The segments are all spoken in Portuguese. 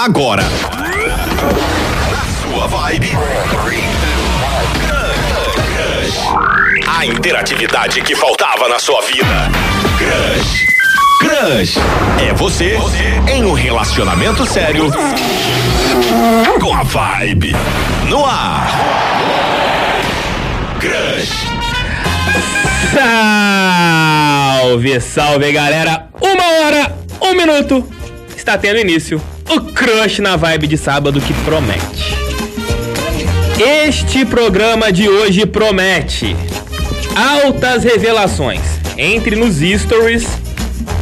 agora. Na sua vibe. A interatividade que faltava na sua vida. Crush. Crush. É você, em um relacionamento sério. Com a vibe. No ar. Crush. Salve, salve galera! Uma hora, um minuto, está tendo início o crush na vibe de sábado que promete. Este programa de hoje promete altas revelações. Entre nos stories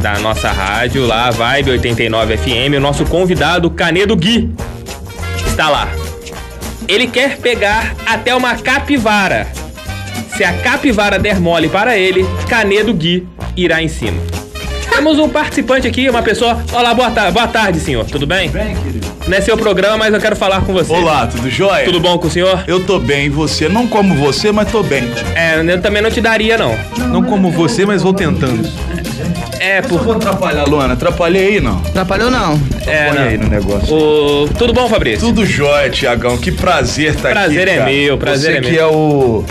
da nossa rádio lá, Vibe 89 FM, o nosso convidado Canedo Gui está lá. Ele quer pegar até uma capivara. Se a capivara der mole para ele, Canedo Gui irá em cima. Temos um participante aqui, uma pessoa. Olá, boa tarde, boa tarde, senhor. Tudo bem? Bem, querido. Não é seu programa, mas eu quero falar com você. Olá, tudo jóia? Tudo bom com o senhor? Eu tô bem, e você? Não como você, mas tô bem. É, eu também não te daria, não. Não como você, mas vou tentando. É, Por... por. Vou atrapalhar, Luana. Atrapalhei aí, não. Atrapalhou não. É, Olha aí no não. negócio. O... Tudo bom, Fabrício? Tudo jóia, Tiagão. Que prazer tá aqui. Prazer é cara. meu, prazer você é que meu. é o,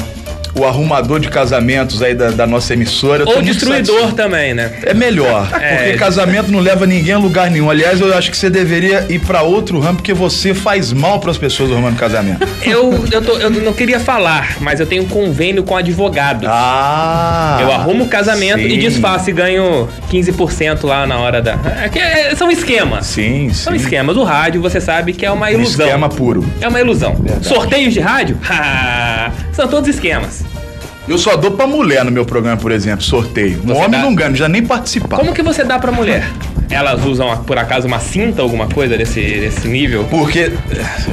o arrumador de casamentos aí da, da nossa emissora. Eu tô Ou muito destruidor satisfeito. também, né? É melhor, É. porque casamento não leva ninguém a lugar nenhum. Aliás, eu acho que você deveria ir pra outro ramo, porque você faz mal pras pessoas arrumando casamento. Eu, eu, tô- eu não queria falar, mas eu tenho um convênio com advogado. Ah! Eu arrumo o casamento e sim. desfaço e ganho 15% lá na hora da. É que é- são esquemas. Sim, sim. São esquemas. O rádio, você sabe que é uma Um Então ilusão. esquema puro. É uma ilusão. Sorteios de rádio? Ha! São todos esquemas. Eu só dou pra mulher no meu programa, por exemplo, sorteio. Um Você homem dá- não ganha, não já nem participar. Como que você dá pra mulher? Elas usam, por acaso, uma cinta, alguma coisa desse, desse nível? Porque. eh,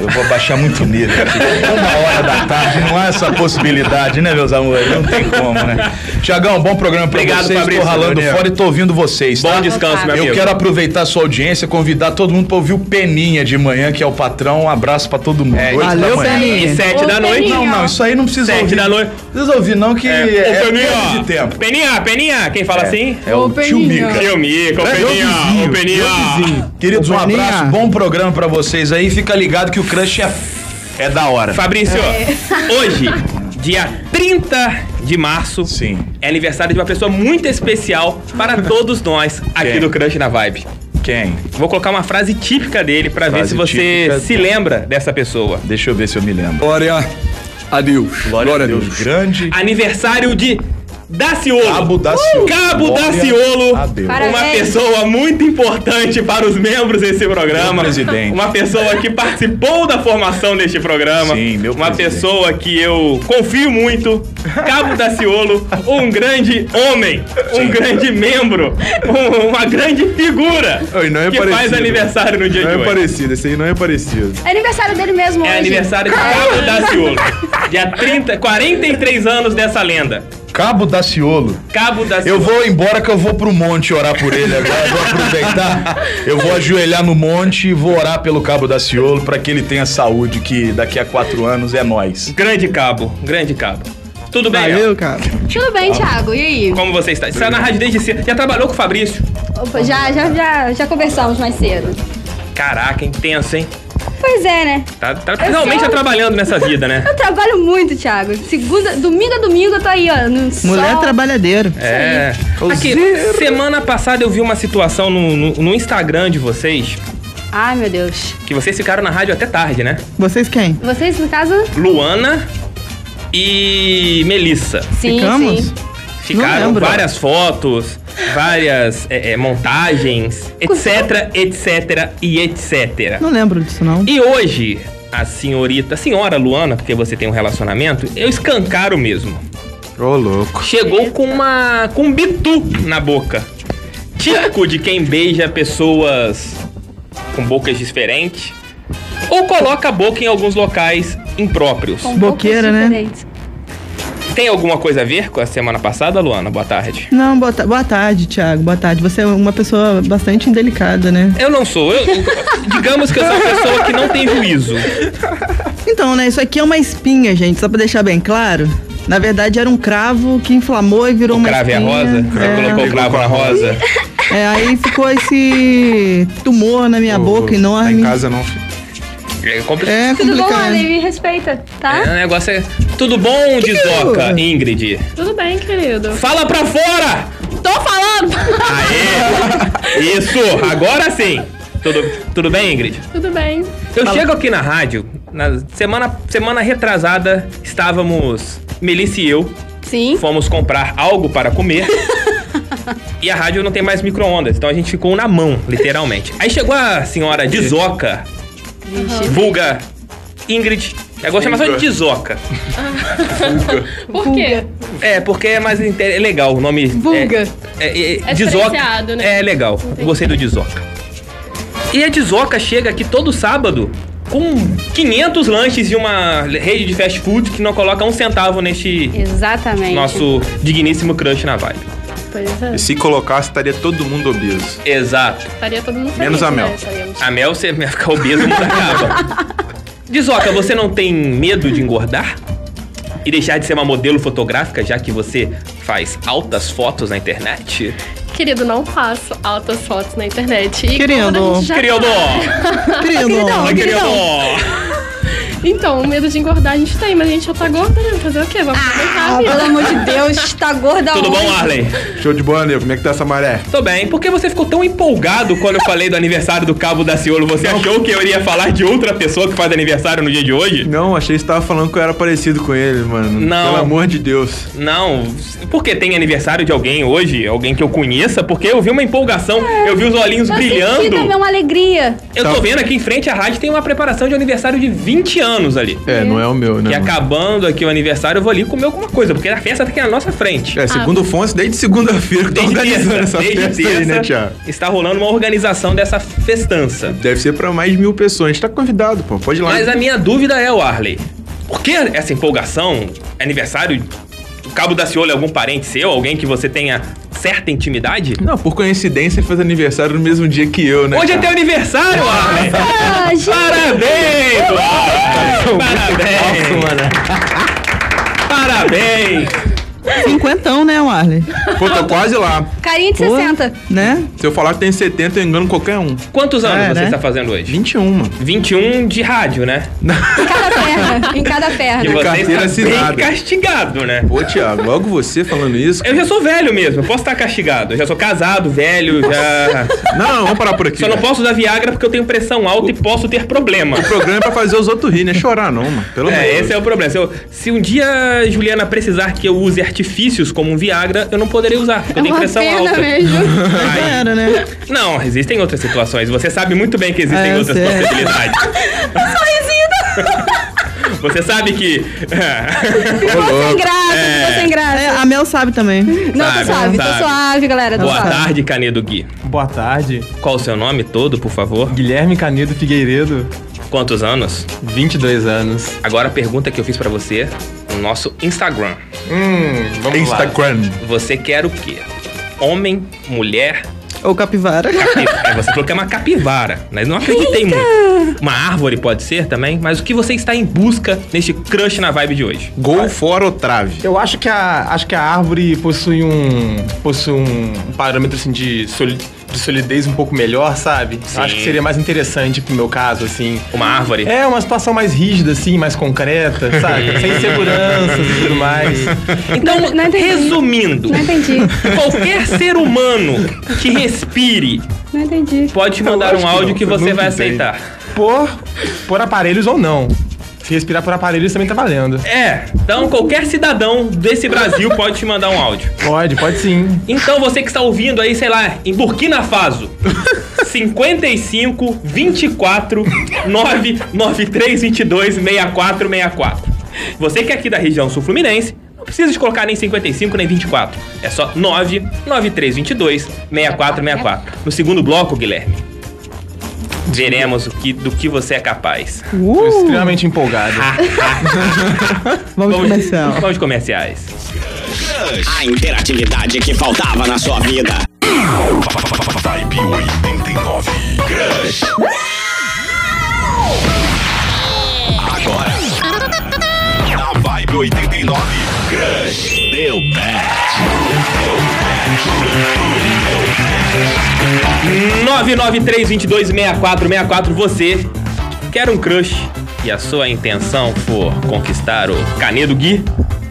Eu vou baixar muito nível aqui. Uma hora da tarde, não há essa possibilidade, né, meus amores? Não tem como, né? Tiagão, bom programa pra Obrigado, vocês. Fabrício, tô ralando Leonel. fora e tô ouvindo vocês, tá? Bom descanso, meu Eu amigo. quero aproveitar a sua audiência, convidar todo mundo pra ouvir o Peninha de manhã, que é o patrão. Um abraço pra todo mundo. Oito da valeu, manhã. Peninha. E sete Ô, da noite. Peninha. Não, não, isso aí não precisa É, Sete ouvir. da noite. Não precisa ouvir, não, que é, Ô, perda de tempo. Peninha, Peninha, quem fala assim? É o Ô, tio Peninha. Mica. Eu, Mica, ô, É, meu Peninha, vizinho, ô, Peninha. Queridos, um Ô, Peninha. abraço, bom programa pra vocês aí. Fica ligado que o crush é, é da hora. Fabrício, hoje, dia 30 de março, Sim. é aniversário de uma pessoa muito especial para todos nós aqui Quem? do Crush na Vibe. Quem? Vou colocar uma frase típica dele pra ver Frase se você típica. se lembra dessa pessoa. Deixa eu ver se eu me lembro. Glória a Deus. Glória, a Deus. Grande. Aniversário de Daciolo. Cabo Daciolo. Cabo Glória Daciolo. a Deus. Uma Parabéns. pessoa muito importante para os membros desse programa. Meu presidente. Uma pessoa que participou da formação deste programa. Sim, meu Uma presidente. pessoa que eu confio muito. Cabo Daciolo, um grande homem, um grande membro, um- uma grande figura Oi, não é que parecido. faz aniversário no dia Não de é hoje. parecido, esse aí não é parecido. É aniversário dele mesmo hoje. É aniversário de Cabo Daciolo. Dia 30, 43 anos dessa lenda. Cabo Daciolo. Cabo Daciolo. Eu vou embora que eu vou pro monte orar por ele agora. Eu vou aproveitar. Eu vou ajoelhar no monte e vou orar pelo Cabo Daciolo pra que ele tenha saúde, que daqui a quatro anos é nós. Grande cabo, grande cabo. Tudo bem, Valeu, Léo? cara. Tudo bem, Thiago? E aí? Como você está? Você está na rádio desde cedo. Já trabalhou com o Fabrício? Opa, já, já, já, já conversamos mais cedo. Caraca, intenso, hein? Pois é, né? Tá, tá- realmente tá trabalhando nessa vida, né? Eu trabalho muito, Thiago. Segunda, domingo a domingo eu tô aí, ó, no Mulher sol. trabalhadeira. É. Aqui, semana passada eu vi uma situação no, no- no Instagram de vocês, Ai, meu Deus. que vocês ficaram na rádio até tarde, né? Vocês quem? Vocês, no caso? Luana e Melissa. Sim, Ficamos? sim. Ficaram lembro. várias fotos, várias é, é, montagens, etc, etc e etc. Não lembro disso, não. E hoje, a senhorita, a senhora Luana, porque você tem um relacionamento, eu escancaro mesmo. Ô, louco. Chegou com uma. com um bitu na boca. Típico de quem beija pessoas com bocas diferentes. Ou coloca a boca em alguns locais impróprios. Com Boqueira, poucos né? diferentes. Tem alguma coisa a ver com a semana passada, Luana? Boa tarde. Não, boa, ta- boa tarde, Thiago. Boa tarde. Você é uma pessoa bastante indelicada, né? Eu não sou. Eu, digamos que eu sou uma pessoa que não tem juízo. Então, né? Isso aqui é uma espinha, gente. Só pra deixar bem claro. Na verdade, era um cravo que inflamou e virou O uma cravo é a espinha. rosa? Você colocou o cravo na rosa? É, aí ficou esse tumor na minha boca Tá enorme. em casa não. filho. É complicado. É Tudo bom, complicado. Ana? Me respeita, É, tá? o negócio é. Tudo bom, Dizoca, Ingrid? Tudo bem, querido. Fala pra fora! Tô falando! Aê! Isso! Agora sim! Tudo, tudo bem, Ingrid? Tudo bem. Eu chego aqui na rádio, na semana, semana retrasada, estávamos, Melissa e eu, Sim. fomos comprar algo para comer. e a rádio não tem mais micro-ondas, então a gente ficou na mão, literalmente. Aí chegou a senhora Dizoca, vulga Ingrid. É, Eu gosto de chamar só de Dizoca. Por quê? É, porque é mais inte- é legal o nome. Vulga. É, é, é, É Dizoca. diferenciado, né? É legal. Gostei do Dizoca. E a Dizoca chega aqui todo sábado com 500 lanches de uma rede de fast food que não coloca um centavo neste Exatamente. nosso digníssimo crush na vibe. Pois é. E se colocasse, estaria todo mundo obeso. Exato. Estaria todo mundo feliz. Menos a né? Mel. Estaríamos- A Mel, você vai ficar obeso, não acaba. Dizoca, você não tem medo de engordar? E deixar de ser uma modelo fotográfica, já que você faz altas fotos na internet? Querido, não faço altas fotos na internet. E Querido. quando a gente já- Querido! Querido, Oi, Querido! Então, o medo de engordar a gente tem, mas a gente já tá gorda, né? Fazer o quê? Vamos aproveitar a Ah, vida. pelo amor de Deus, tá gorda Tudo bom, hoje. Arley? Show de bola, nego. Como é que tá essa maré? Tô bem. Por que você ficou tão empolgado quando eu falei do aniversário do Cabo da Ciolo? Você achou que eu iria falar de outra pessoa que faz aniversário no dia de hoje? Não, achei que você tava falando que eu era parecido com ele, mano. Não. Pelo amor de Deus. Não, porque tem aniversário de alguém hoje, alguém que eu conheça, porque eu vi uma empolgação, eu vi os olhinhos Tá brilhando. sentindo, é uma alegria. Eu Tá. tô vendo aqui em frente à rádio tem uma preparação de aniversário de 20 anos ali. É, não é o meu, né? E mano? acabando aqui o aniversário, eu vou ali comer alguma coisa, porque a festa tá aqui na nossa frente. É, segundo o Fonse, desde segunda-feira que tá Ah, Desde organizando terça, essa desde festa aí, né, terça, Thiago? está rolando uma organização dessa festança. Deve ser pra mais de mil pessoas. A gente tá convidado, pô. Pode ir lá. Mas a minha dúvida é, o Arley, por que essa empolgação? Aniversário? O Cabo da Ciolo é algum parente seu? Alguém que você tenha certa intimidade? Não, por coincidência, ele fez aniversário no mesmo dia que eu, né? tá. Hoje é cara? teu aniversário, Arley! Ah, gente, Parabéns, Arley! Parabéns! Parabéns! cinquentão, né, Warley? Pô, tá quase lá. carinha de Pô. 60. Né? Se eu falar que tem 70, eu engano qualquer um. Quantos anos É, você né? está fazendo hoje? 21, mano. 21 de rádio, né? Em cada perna. Em cada E perna. você carteira está assinada. bem castigado, né? Pô, Thiago, logo você falando isso. Eu já sou velho mesmo, eu posso estar castigado. Eu já sou casado, velho, já. Não, não, vamos parar por aqui. Só não velho. posso dar Viagra porque eu tenho pressão alta e posso ter problema. O programa é pra fazer os outros rirem, não é chorar, não, mano. Pelo amor de É, Deus. esse é o problema. Se, eu- se um dia a Juliana precisar que eu use artifícios como um Viagra, eu não poderei usar, porque eu tenho É uma pressão pena alta. mesmo. Mas já Aí- era, né? não, existem outras situações. Você sabe muito bem que existem É, eu outras sei. possibilidades. Você sabe que. Tô sem graça, tô sem É, graça. a Mel sabe também. Não, Sabe, tô suave, tô sabe. suave, galera. Tô Boa suave. tarde, Canedo Gui. Boa tarde, Qual o seu nome todo, por favor? Guilherme Canedo Figueiredo, Quantos anos? 22 anos. Agora a pergunta que eu fiz pra você no nosso Instagram. Instagram. Você quer o quê? Homem, mulher, Ou capivara. capi- É, Você falou que é uma capivara, mas não acreditei muito. Uma árvore pode ser também, mas o que você está em busca neste crush na vibe de hoje? Gol fora ou trave? Eu acho que a, acho que a árvore possui um possui um parâmetro assim de, soli- de solidez um pouco melhor, sabe? Eu Acho que seria mais interessante pro meu caso assim. Uma árvore? É uma situação mais rígida assim, mais concreta, sabe? Sem seguranças e tudo mais. Então, Não, não entendi. resumindo, Não entendi, qualquer ser humano que respire não entendi. pode te mandar um áudio que você vai aceitar. Por por aparelhos ou não. Se respirar por aparelhos também tá valendo. É, então qualquer cidadão desse Brasil pode te mandar um áudio. Pode, pode sim. Então você que está ouvindo aí, sei lá, em Burkina Faso. 55 24 993 22 64 64. Você que é aqui da região sul fluminense, não precisa de colocar nem 55 nem 24. É só 993 22 64 64. No segundo bloco, Guilherme, veremos o que, do que você é capaz. Tô extremamente empolgado. Vamos começar. vamos de comerciais. A interatividade que faltava na sua vida. Vibe 89. Crush. Agora. Na Vibe 89. Crush. Deu match. Deu match. Deu match. 993-226464, você quer um crush e a sua intenção for conquistar o Canedo Gui?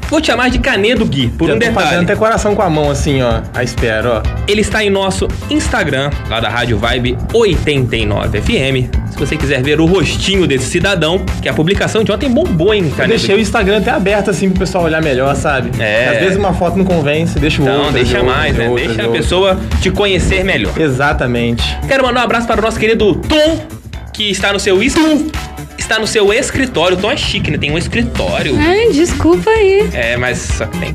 Vou te chamar de Canedo Gui, por Já um tô fazendo detalhe. até coração com a mão, assim, ó. À espera, ó. Ele está em nosso Instagram, lá da Rádio Vibe 89FM. Se você quiser ver o rostinho desse cidadão, que a publicação de ontem bombou, hein, Eu Canedo deixei o Gui? Instagram até aberto, assim, pro pessoal olhar melhor, sabe? É. Às vezes uma foto não convence, deixa o outro. Então, deixa mais, né? Deixa a pessoa te conhecer melhor. Exatamente. Quero mandar um abraço para o nosso querido Tom, que está no seu es... está no seu escritório. Tom é chique, né? Tem um escritório. Ai, desculpa aí. É, mas só que tem.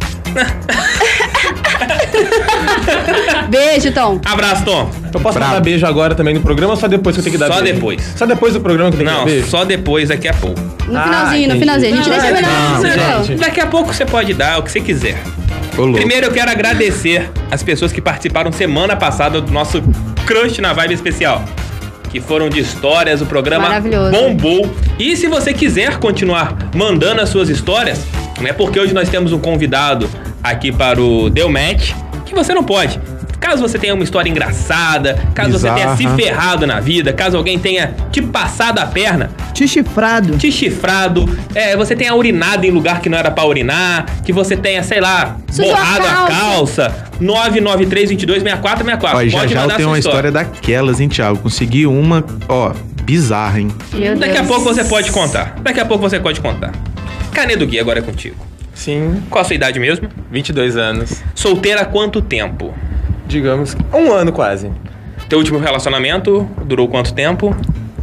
Beijo, Tom. Abraço, Tom. Eu posso mandar beijo agora também no programa ou só depois que eu tenho que dar Só beijo? depois. Só depois do programa que eu tenho que Não, dar beijo? só depois, daqui a pouco. No Ah, finalzinho, no entendi. finalzinho. A gente Não, deixa melhor não, pro final. gente. Daqui a pouco você pode dar o que você quiser. Ô, louco. Primeiro eu quero agradecer as pessoas que participaram semana passada do nosso Crush na Vibe Especial. Que foram de histórias, o programa Maravilhoso. bombou. E se você quiser continuar mandando as suas histórias, não é porque hoje nós temos um convidado aqui para o Deu Match, que você não pode. Caso você tenha uma história engraçada, caso você tenha se Bizarra. ferrado na vida, caso alguém tenha te passado a perna, Te chifrado. te chifrado, é, você tenha urinado em lugar que não era pra urinar, que você tenha, sei lá, Sujou a borrado a calça. 993-22-6464. Ó, Pode e já já mandar eu tenho sua uma história É daquelas, hein, Thiago? Consegui uma, ó, bizarra, hein? Meu Daqui a Deus. pouco você pode contar. Daqui a pouco você pode contar. Canedo Gui, agora é contigo. Sim, Qual a sua idade mesmo? 22 anos. Solteira há quanto tempo? Digamos, que um ano quase. Teu último relacionamento durou quanto tempo?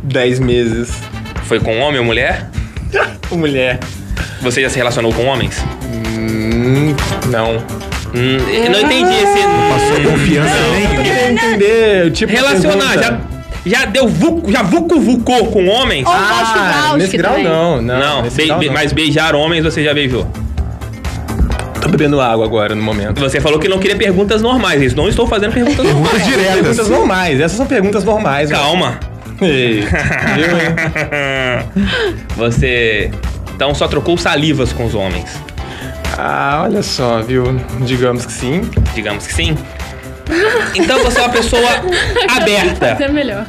10 meses. Foi com homem ou mulher? Mulher. Você já se relacionou com homens? Hum, não. Hum, eu não entendi esse. Ah. Passou confiança nem. Queria entender o tipo de Relacionar, já, pergunta. já deu vucu, já vucu vucou com homens? Ou Fausto Ah, Gauss, nesse que grau também. não, não. Não, nesse be- grau be- não. mas beijar homens você já beijou. Tô bebendo água agora, no momento. Você falou que não queria perguntas normais, isso não estou fazendo perguntas normais. Perguntas Perguntas diretas. normais, essas são perguntas normais. né? Calma. Ei, viu, hein? Você então só trocou salivas com os homens. Ah, olha só, viu? Digamos que sim. Digamos que sim. Então você é uma pessoa Até aberta. melhor.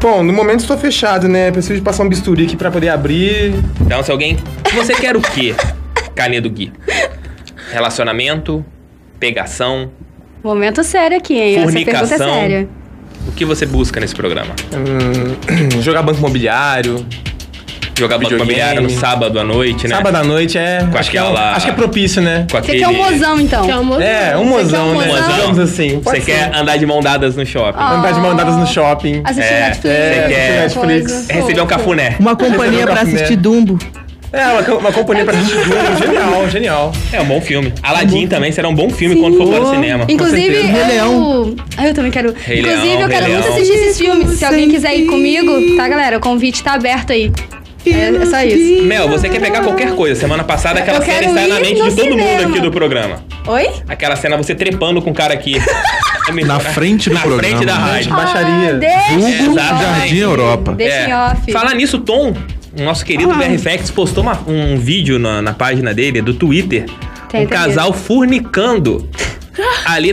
Bom, no momento estou fechado, né? Preciso de passar um bisturi aqui pra poder abrir. Então se alguém, você quer o quê? Canedo Gui. Relacionamento, pegação, Momento sério aqui, hein? Essa pergunta é Fornicação. séria. o que você busca nesse programa? Hum, jogar banco imobiliário. Jogar banco Videogame. imobiliário no sábado à noite, né? Sábado à noite é. Com acho, que é aquela- acho que é propício, né? Você com aquele... quer um mozão, então? Que é um mozão. É, um mozão, Você quer né? mozão? Digamos assim. Você quer andar de mão dadas no shopping. Ah. Andar de mandadas no shopping. Ah. Assistir É, Netflix. é, alguma quer- coisa. Netflix. É receber um cafuné. Uma companhia pra Café. assistir Dumbo. É, uma, co- uma companhia pra gente junto. Genial, genial. É um bom filme. Aladdin também será um bom filme quando for para o cinema. Inclusive, certeza. Rei eu... Leão. Ah, eu também quero. Rei Inclusive, Leão, eu Rei quero muito Leão. assistir esses filmes. Se alguém quiser ir comigo, tá, galera? O convite tá aberto aí. É, é só isso. Mel, você quer pegar qualquer coisa. Semana passada aquela Eu cena quero está na ir mente no de todo mundo cinema. aqui do programa. Oi? Aquela cena você trepando com o cara aqui. Na frente do na programa. frente da rádio. Baixaria. Deixa em Vulgo Exatamente. Jardim Europa. Deixa É. em off. Falar nisso, Tom, o nosso querido BR Facts postou uma- um vídeo na, na página dele, do Twitter, Tem, tem um casal furnicando ali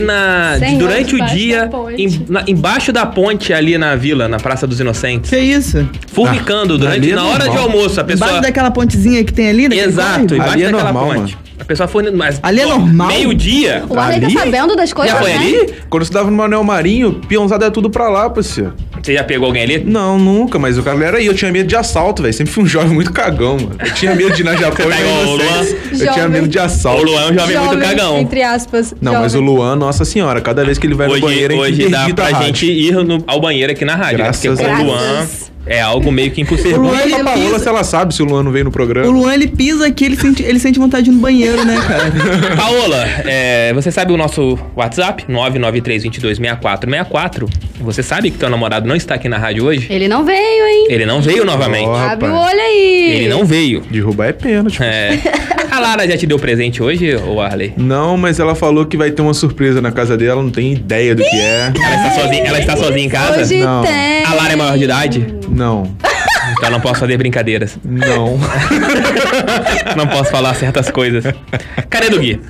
na. Senhor, durante o debaixo dia, da ponte. em- na- embaixo da ponte ali na vila, na Praça dos Inocentes. Que é isso? Furnicando Ah, durante. ali é Na hora de normal. almoço, a Embaixo pessoa. daquela pontezinha que tem ali? naquele Exato, bairro? embaixo Ali é daquela normal, ponte. A pessoa fornecendo. Mas, Ali é ó, normal? Meio-dia. O Arley tá Ali? sabendo das coisas, Já foi né? ali? Quando eu estudava no Manuel Marinho, peãozada é tudo pra lá, parceiro. Você já pegou alguém ali? Não, nunca, mas o cara era aí. Eu tinha medo de assalto, velho. Sempre fui um jovem muito cagão, mano. Eu tinha medo de ir na Japão tá e na igual o inocência. Eu tinha Jovem. medo de O assalto. Luan é um jovem muito Jovem, cagão. Entre aspas. Não, mas o jovem. Luan, nossa senhora, cada vez que ele vai Hoje, no banheiro, ele hoje dá interdita a pra rádio. gente ir no- ao banheiro aqui na rádio, né? Porque Graças com a o Deus. Luan é algo meio que O impossível. Luan Ele é pra Paola avisa. se ela sabe se o Luan não veio no O programa. Luan, ele pisa aqui, ele sente, ele sente vontade de ir no banheiro, né, cara? Paola, é, você sabe o nosso WhatsApp? 993226464. Você sabe que teu namorado não está aqui na rádio hoje? Ele não veio, hein? Ele não veio novamente. Ó, Abre o rapaz. olho aí. Ele não veio. Derrubar é pênalti. É. A Lara já te deu presente hoje, ô Arley? Não, mas ela falou que vai ter uma surpresa na casa dela, não tem ideia do que é. Ela está sozinha, ela está sozinha em casa? Hoje Não. tem. A Lara é maior de idade? Não, Então não posso fazer brincadeiras. não. Não posso falar certas coisas. Cadê do Gui?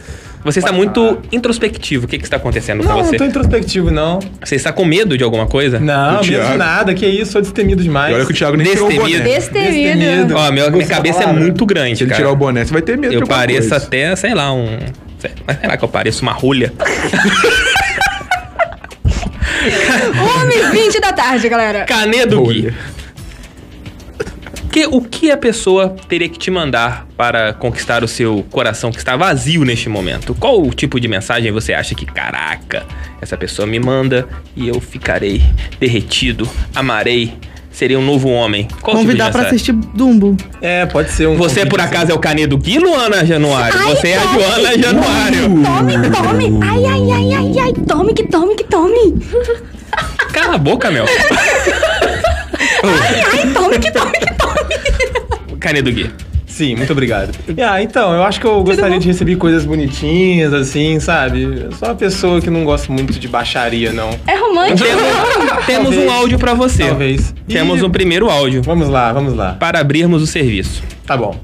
Você está muito introspectivo. O que, que está acontecendo Não, com não você? tô introspectivo, não. Você está com medo de alguma coisa? Não, Do mesmo Thiago. nada, que isso, sou destemido demais. E olha que o Thiago nem tirou o Destemido. boné. né? Destemido. Destemido. Ó, meu- minha Gostou da cabeça é palavra? muito grande, Se ele cara. tirar o boné, você vai ter medo de Eu alguma pareço coisa. até, sei lá, um. sei- Mas será que eu pareço uma rolha? 1h20 da tarde, galera. Canedo Gui. Rolha. Que, o que a pessoa teria que te mandar para conquistar o seu coração que está vazio neste momento? Qual o tipo de mensagem você acha que, caraca, essa pessoa me manda e eu ficarei derretido, amarei, serei um novo homem? Qual o tipo de Convidar pra mensagem? assistir Dumbo. É, pode ser um. Você, por acaso, é o Canedo Gui, Luana Januário? Ai, você é a top. Joana Januário. Tome, tome. Ai, ai, ai, ai, ai. Tome que tome, que tome. Cala a boca, meu. Ai, tome, que tome, que tome. Canedo Gui. Sim, muito obrigado. Ah, então, eu acho que eu gostaria de receber coisas bonitinhas, assim, sabe? Eu sou uma pessoa que não gosto muito de baixaria, não. É romântico. Temos, temos um Talvez. áudio pra você. Talvez. E- Temos um primeiro áudio Vamos lá, vamos lá. para abrirmos o serviço. Tá bom.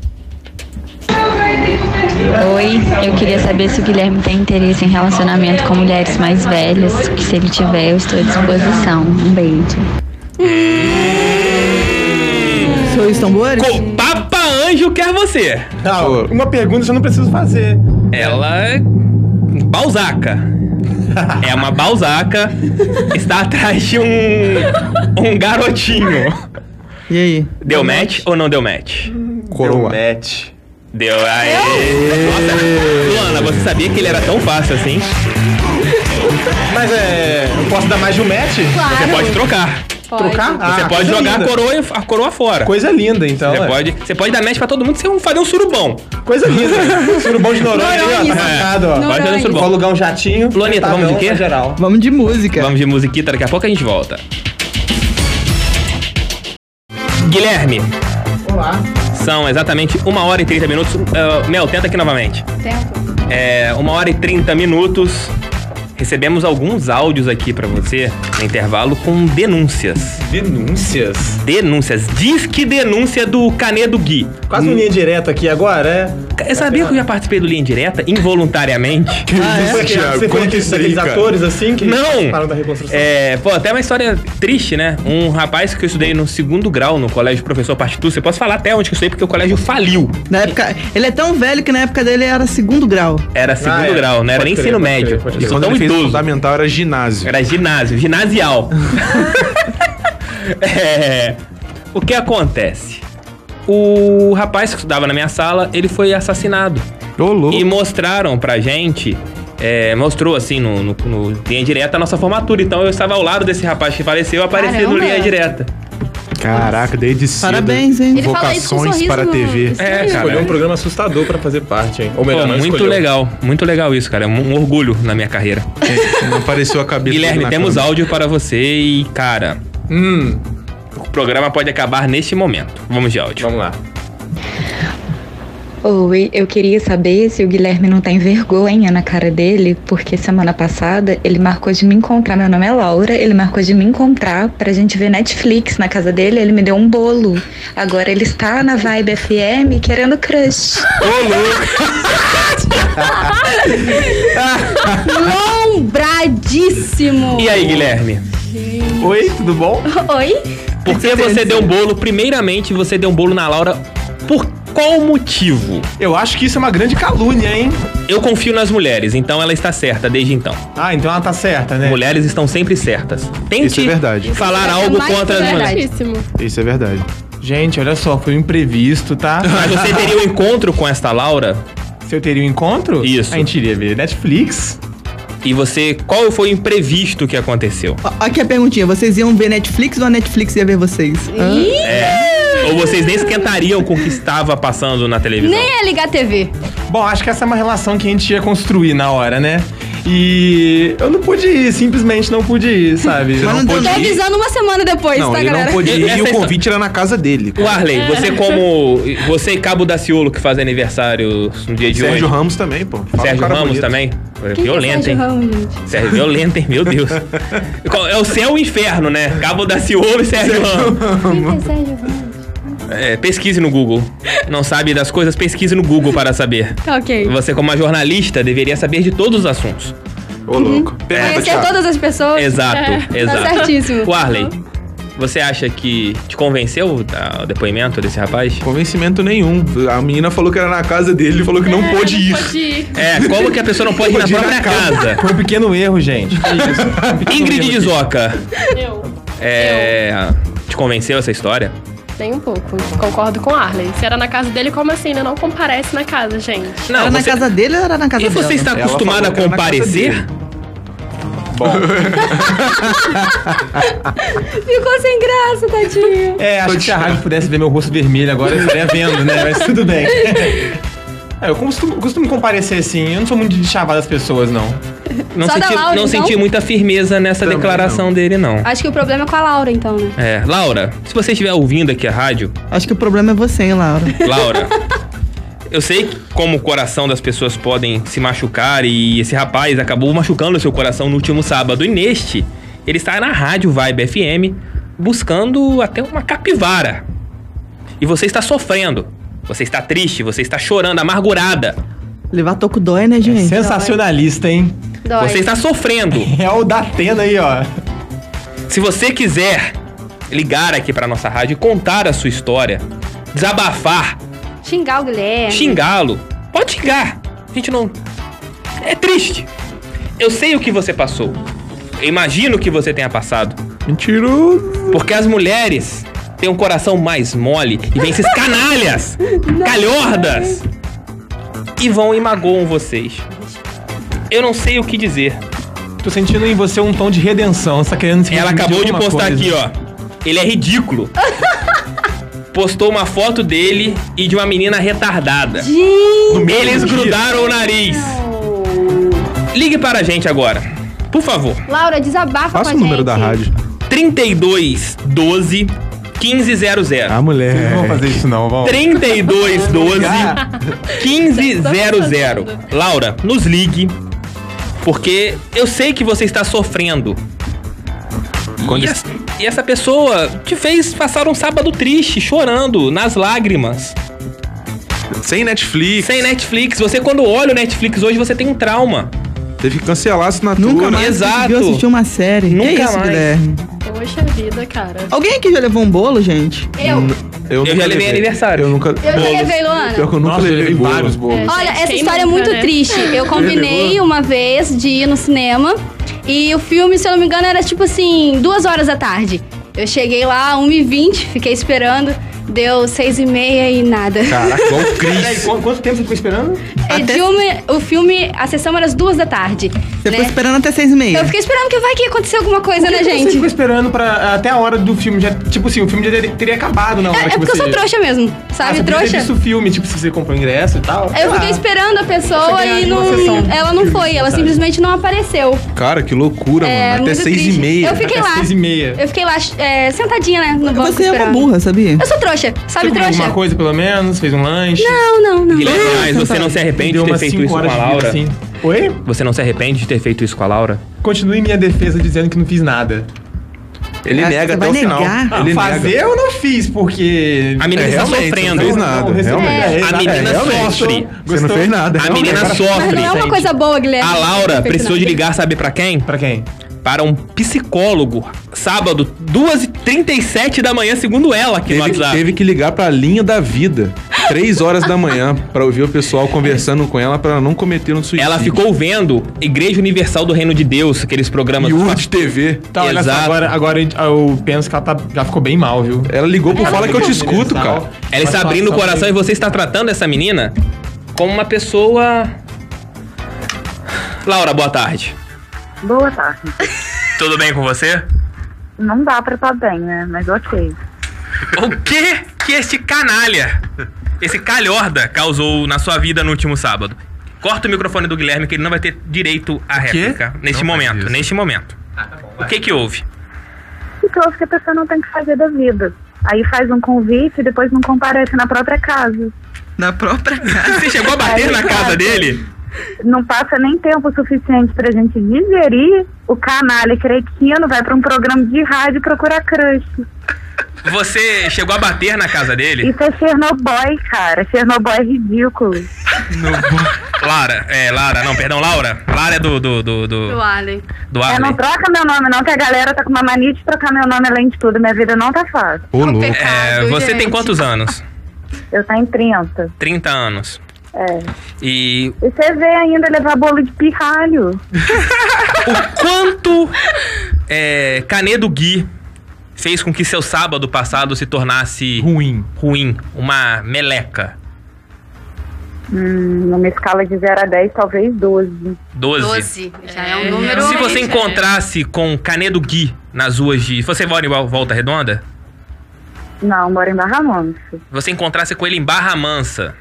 Oi, eu queria saber se o Guilherme tem interesse em relacionamento com mulheres mais velhas. Que se ele tiver, eu estou à disposição. Um beijo. Seus tambores? Co- Papa Anjo quer você. Ah, Ô. uma pergunta que eu não preciso fazer. Ela é balzaca. É uma balzaca. Está atrás de um um garotinho. E aí? Deu match ou não deu match? Deu Coroa. match. Deu. Aê. Nossa, Luana, você sabia que ele era tão fácil assim? Mas é. Eu posso dar mais de um match? Claro. Você pode trocar. Trocar? Você Ah, pode coisa jogar a linda. coroa, a coroa fora. Coisa linda, então. Você é. pode, você pode dar match pra todo mundo se fazer um surubão. Coisa linda. Surubão de Noronha, ali, ó. Noronha. Tá marcado, ó. Noronha. Pode fazer um Vou surubão. alugar um jatinho. Luanita, vamos de Tá, quê? não, Geral. Vamos de música. Vamos de musiquita, daqui a pouco a gente volta. Guilherme, Olá. são exatamente 1 hora e 30 minutos. Ah, Mel, tenta aqui novamente. Tempo. É, 1 hora e 30 minutos. Recebemos alguns áudios aqui pra você no intervalo com denúncias. Denúncias. Denúncias. Diz que denúncia do Canedo Gui. Quase um linha direta aqui agora, é? Eu sabia que eu já participei do Linha Direta involuntariamente? Que isso, Você Thiago? foi Conta daqueles- isso aí, daqueles cara. atores assim que Não! falam da reconstrução? É, pô, até uma história triste, né? Um rapaz que eu estudei no segundo grau no colégio Professor Pastitucio. Eu posso falar até onde que eu estudei, porque o colégio faliu. Na época, ele é tão velho que na época dele era segundo grau. Era segundo Ah, é. grau, não era Pode nem crer, ensino pode médio. crer, pode eu crer. sou Quando tão ele fez o idoso. fundamental era ginásio. Era ginásio, ginasial. É, o que acontece? O rapaz que estudava na minha sala, ele foi assassinado. Ô, louco. E mostraram pra gente, é, mostrou assim no, no, no Linha Direta a nossa formatura. Então eu estava ao lado desse rapaz que faleceu, eu apareci no Caramba. Linha Direta. Caraca, desde cedo. Parabéns, hein? Ele fala isso com um Vocações sorriso para a no- TV. Isso É, aí. cara. Escolheu um programa assustador pra fazer parte, hein? Ou Pô, melhor, não muito escolheu. legal, muito legal isso, cara. É um, um orgulho na minha carreira. Não apareceu a cabeça Guilherme, na temos câmera. áudio para você e, cara, Hum, o programa pode acabar neste momento. Vamos de áudio. vamos lá. Oi, eu queria saber se o Guilherme não tem vergonha na cara dele, porque semana passada ele marcou de me encontrar. Meu nome é Laura, ele marcou de me encontrar pra gente ver Netflix na casa dele, ele me deu um bolo. Agora ele está na Vibe FM querendo crush. Lombradíssimo. E aí, Guilherme? Oi, tudo bom? Oi? Por que você deu um bolo? Primeiramente, você deu um bolo na Laura por qual motivo? Eu acho que isso é uma grande calúnia, hein? Eu confio nas mulheres, então ela está certa desde então. Ah, então ela tá certa, né? Mulheres estão sempre certas. Tente Isso é verdade. Isso falar é algo mais contra as verdade. mulheres. Certíssimo. Isso é verdade. Gente, olha só, foi um imprevisto, tá? Mas você teria um encontro com esta Laura Se eu teria um encontro, Isso. a gente iria ver Netflix. e você. Qual foi o imprevisto que aconteceu? Ó, Aqui a perguntinha, vocês iam ver Netflix ou a Netflix ia ver vocês? Ih, É. Ou vocês nem esquentariam com o que estava passando na televisão? nem é ligar a TV. Bom, acho que essa é uma relação que a gente ia construir na hora, né? E eu não pude ir, simplesmente não pude ir, sabe? Você não Tô pode ir. avisando uma semana depois, Não, tá, ele galera? não podia Essa ir e é o só- convite era Tá na casa dele. O É. Arley, você como. Você e Cabo Daciolo que fazem aniversário no dia de Sérgio hoje. Ramos também, pô. Fala um Sérgio cara Ramos bonito. também? Quem que é Violento, Sérgio hein? Ramos, gente? Sérgio é Violento, hein? Meu Deus. Qual- É o céu e o inferno, né? Cabo da Ciolo e Sérgio Ramos. Quem que é Sérgio Ramos? É, pesquise no Google. não sabe das coisas, pesquise no Google para saber. Tá ok. Você, como uma jornalista, deveria saber de todos os assuntos. Ô, louco. Pergunta, Conhecer É, Thiago. todas as pessoas. Exato, exato. Tá certíssimo. O Arley, você acha que te convenceu a- o depoimento desse rapaz? Convencimento nenhum. A menina falou que era na casa dele, ele falou que não É, pôde ir. Pode ir. É, como que a pessoa não pode ir na Pode ir na própria casa? Foi um pequeno erro, gente. Que isso? Foi um pequeno Ingrid erro. Dizoca, Eu. é, te convenceu essa história? Nem um pouco. Concordo com o Arley. Se era na casa dele, como assim? Ainda não comparece na casa, gente. Não, Era na você- casa dele ou era na casa E dela? você está Ela acostumada a falou que era na casa comparecer? Bom, Ficou sem graça, tadinho. é, acho que se a rádio pudesse ver meu rosto vermelho agora, eu estaria vendo, né? Mas tudo bem. É, eu costumo, costumo comparecer assim, eu não sou muito de chavar das pessoas, não. Não, Só da senti, Laura, não então? senti muita firmeza nessa Também declaração dele, não. Acho que o problema é com a Laura, então, né? É, Laura, se você estiver ouvindo aqui a rádio, Acho que o problema é você, hein, Laura? Laura, eu sei que como o coração das pessoas podem se machucar e esse rapaz acabou machucando o seu coração no último sábado. E neste, ele está na rádio Vibe FM buscando até uma capivara. E você está sofrendo. Você está triste, você está chorando, amargurada. Levar toco dói, É né, gente? Sensacionalista, hein? Dói. Você está sofrendo. É o da Atena aí, ó. Se você quiser ligar aqui pra nossa rádio e contar a sua história, desabafar, Xingar o Guilherme. xingá-lo, pode xingar. A gente não. É triste. Eu sei o que você passou. Eu imagino o que você tenha passado. Mentiroso. Porque as mulheres têm um coração mais mole e vêm esses canalhas, calhordas, e vão e magoam vocês. Eu não sei o que dizer. Tô sentindo em você um tom de redenção. Você tá querendo se Ela redimir acabou de alguma postar coisa. aqui, ó. Ele é ridículo. Postou uma foto dele e de uma menina retardada. Eles grudaram o nariz. Ligue para a gente agora. Por favor. Laura, desabafa Passa com a o número gente. da rádio. 32 12 1500. Ah, mulher. Não vamos fazer isso, não, vamos. 32 12 1500. Tá Laura, nos ligue. Porque eu sei que você está sofrendo. E, essa- e essa pessoa te fez passar um sábado triste, chorando, nas lágrimas. Sem Netflix. Sem Netflix. Você, quando olha o Netflix hoje, você tem um trauma. Teve que cancelar a assinatura. Nunca mais Exato. conseguiu assistir uma série. Nunca que isso, mais. Guilherme? Poxa vida, cara. Alguém aqui já levou um bolo, gente? Eu. Eu, já nunca levei aniversário. Eu nunca. Eu já Bolos. levei, Luana. Pior que eu nunca Nossa, eu levei levei bolo. vários bolos. É. Olha, Gente, essa quem história é nunca, muito né? triste. Eu combinei uma vez de ir no cinema e o filme, se eu não me engano, era tipo assim, duas horas da tarde. Eu cheguei lá, 1h20, fiquei esperando, deu 6h30 e nada. Caraca, igual o Peraí, Cris. qu- quanto tempo você ficou esperando? E Até- filme- o filme, a sessão era às duas da tarde. Você né? ficou esperando até seis e meia. Eu fiquei esperando que vai que aconteceu alguma coisa, né, Você gente? ficou esperando pra, até a hora do filme. Já, tipo assim, o filme já teria, teria acabado na hora É, é que porque você... eu sou trouxa mesmo, Ah, sabe? você podia ter trouxa. visto o filme, tipo, se você comprou ingresso e tal. Ah, sei Eu lá. fiquei esperando a pessoa Você ganhar e de uma não, sessão. ela não foi, ela simplesmente não apareceu. Cara, que loucura, É, mano. Até muito seis triste. e meia. Eu fiquei Até lá. seis e meia. Eu fiquei lá é, sentadinha, né, no banco Você é uma esperando. burra, sabia? Eu sou trouxa, sabe Você comeu trouxa? alguma coisa, pelo menos? Fez um lanche? Não, não, não. Guilherme, mas você não se arrepende Deu de ter umas feito cinco isso com a horas de Laura? vida, assim. Oi? Você não se arrepende de ter feito isso com a Laura? Continue em minha defesa dizendo que não fiz nada. Ele Ah, nega você até vai o final. negar? Ele Ah, fazer nega. eu não fiz, porque... A menina É, está realmente, sofrendo. não fez nada. realmente. É, É, A menina sofre. Você não fez nada. A realmente. menina Mas não é sofre. uma né? coisa boa, Guilherme. A Laura precisou de ligar, sabe pra quem? Pra quem? Para um psicólogo. Sábado, 2h37 da manhã, segundo ela aqui no Teve, WhatsApp. teve que ligar pra linha da vida. Três horas da manhã pra ouvir o pessoal conversando com ela pra não cometer um suicídio. Ela ficou vendo Igreja Universal do Reino de Deus, aqueles programas. E o de TV. Tá, olha só, Exato. agora, agora eu penso que ela tá, já ficou bem mal, viu? Ela ligou pro Fala que eu te escuto, Universal. cara. Ela está Uma abrindo o situação coração e bem- você está tratando essa menina como uma pessoa. Laura, boa tarde. Boa tarde. Tudo bem com você? Não dá pra estar bem, né? Mas ok. O que que este canalha, esse calhorda, causou na sua vida no último sábado? Corta o microfone do Guilherme que ele não vai ter direito à réplica neste momento, neste momento. o que que houve? O que eu acho que a pessoa não tem que fazer da vida. Aí faz um convite e depois não comparece na própria casa. Na própria casa. Você chegou a bater Aí, na casa cara. dele? Não passa nem tempo suficiente pra gente digerir o canalha cretino, vai pra um programa de rádio procurar crush. Você chegou a bater na casa dele? Isso é Chernobyl, cara. Chernobyl é ridículo. Lara, é, Lara, não, perdão, Laura. Lara é do. do. do. do, Allen. do É, Arley. não troca meu nome, não, que a galera tá com uma mania de trocar meu nome além de tudo. Minha vida não tá fácil. Ô, louco. É, você gente. tem quantos anos? Eu tô em 30. 30 anos. É. E E você vê ainda levar bolo de pirralho. o quanto é, Canedo Gui fez com que seu sábado passado se tornasse ruim, ruim, uma meleca? Hum, numa escala de 0 a 10, talvez 12. 12. Doze. Já é, um número. Se você realmente, né? encontrasse com Canedo Gui nas ruas de. Você mora em Vol- Volta Redonda? Não, moro em Barra Mansa. Você encontrasse com ele em Barra Mansa.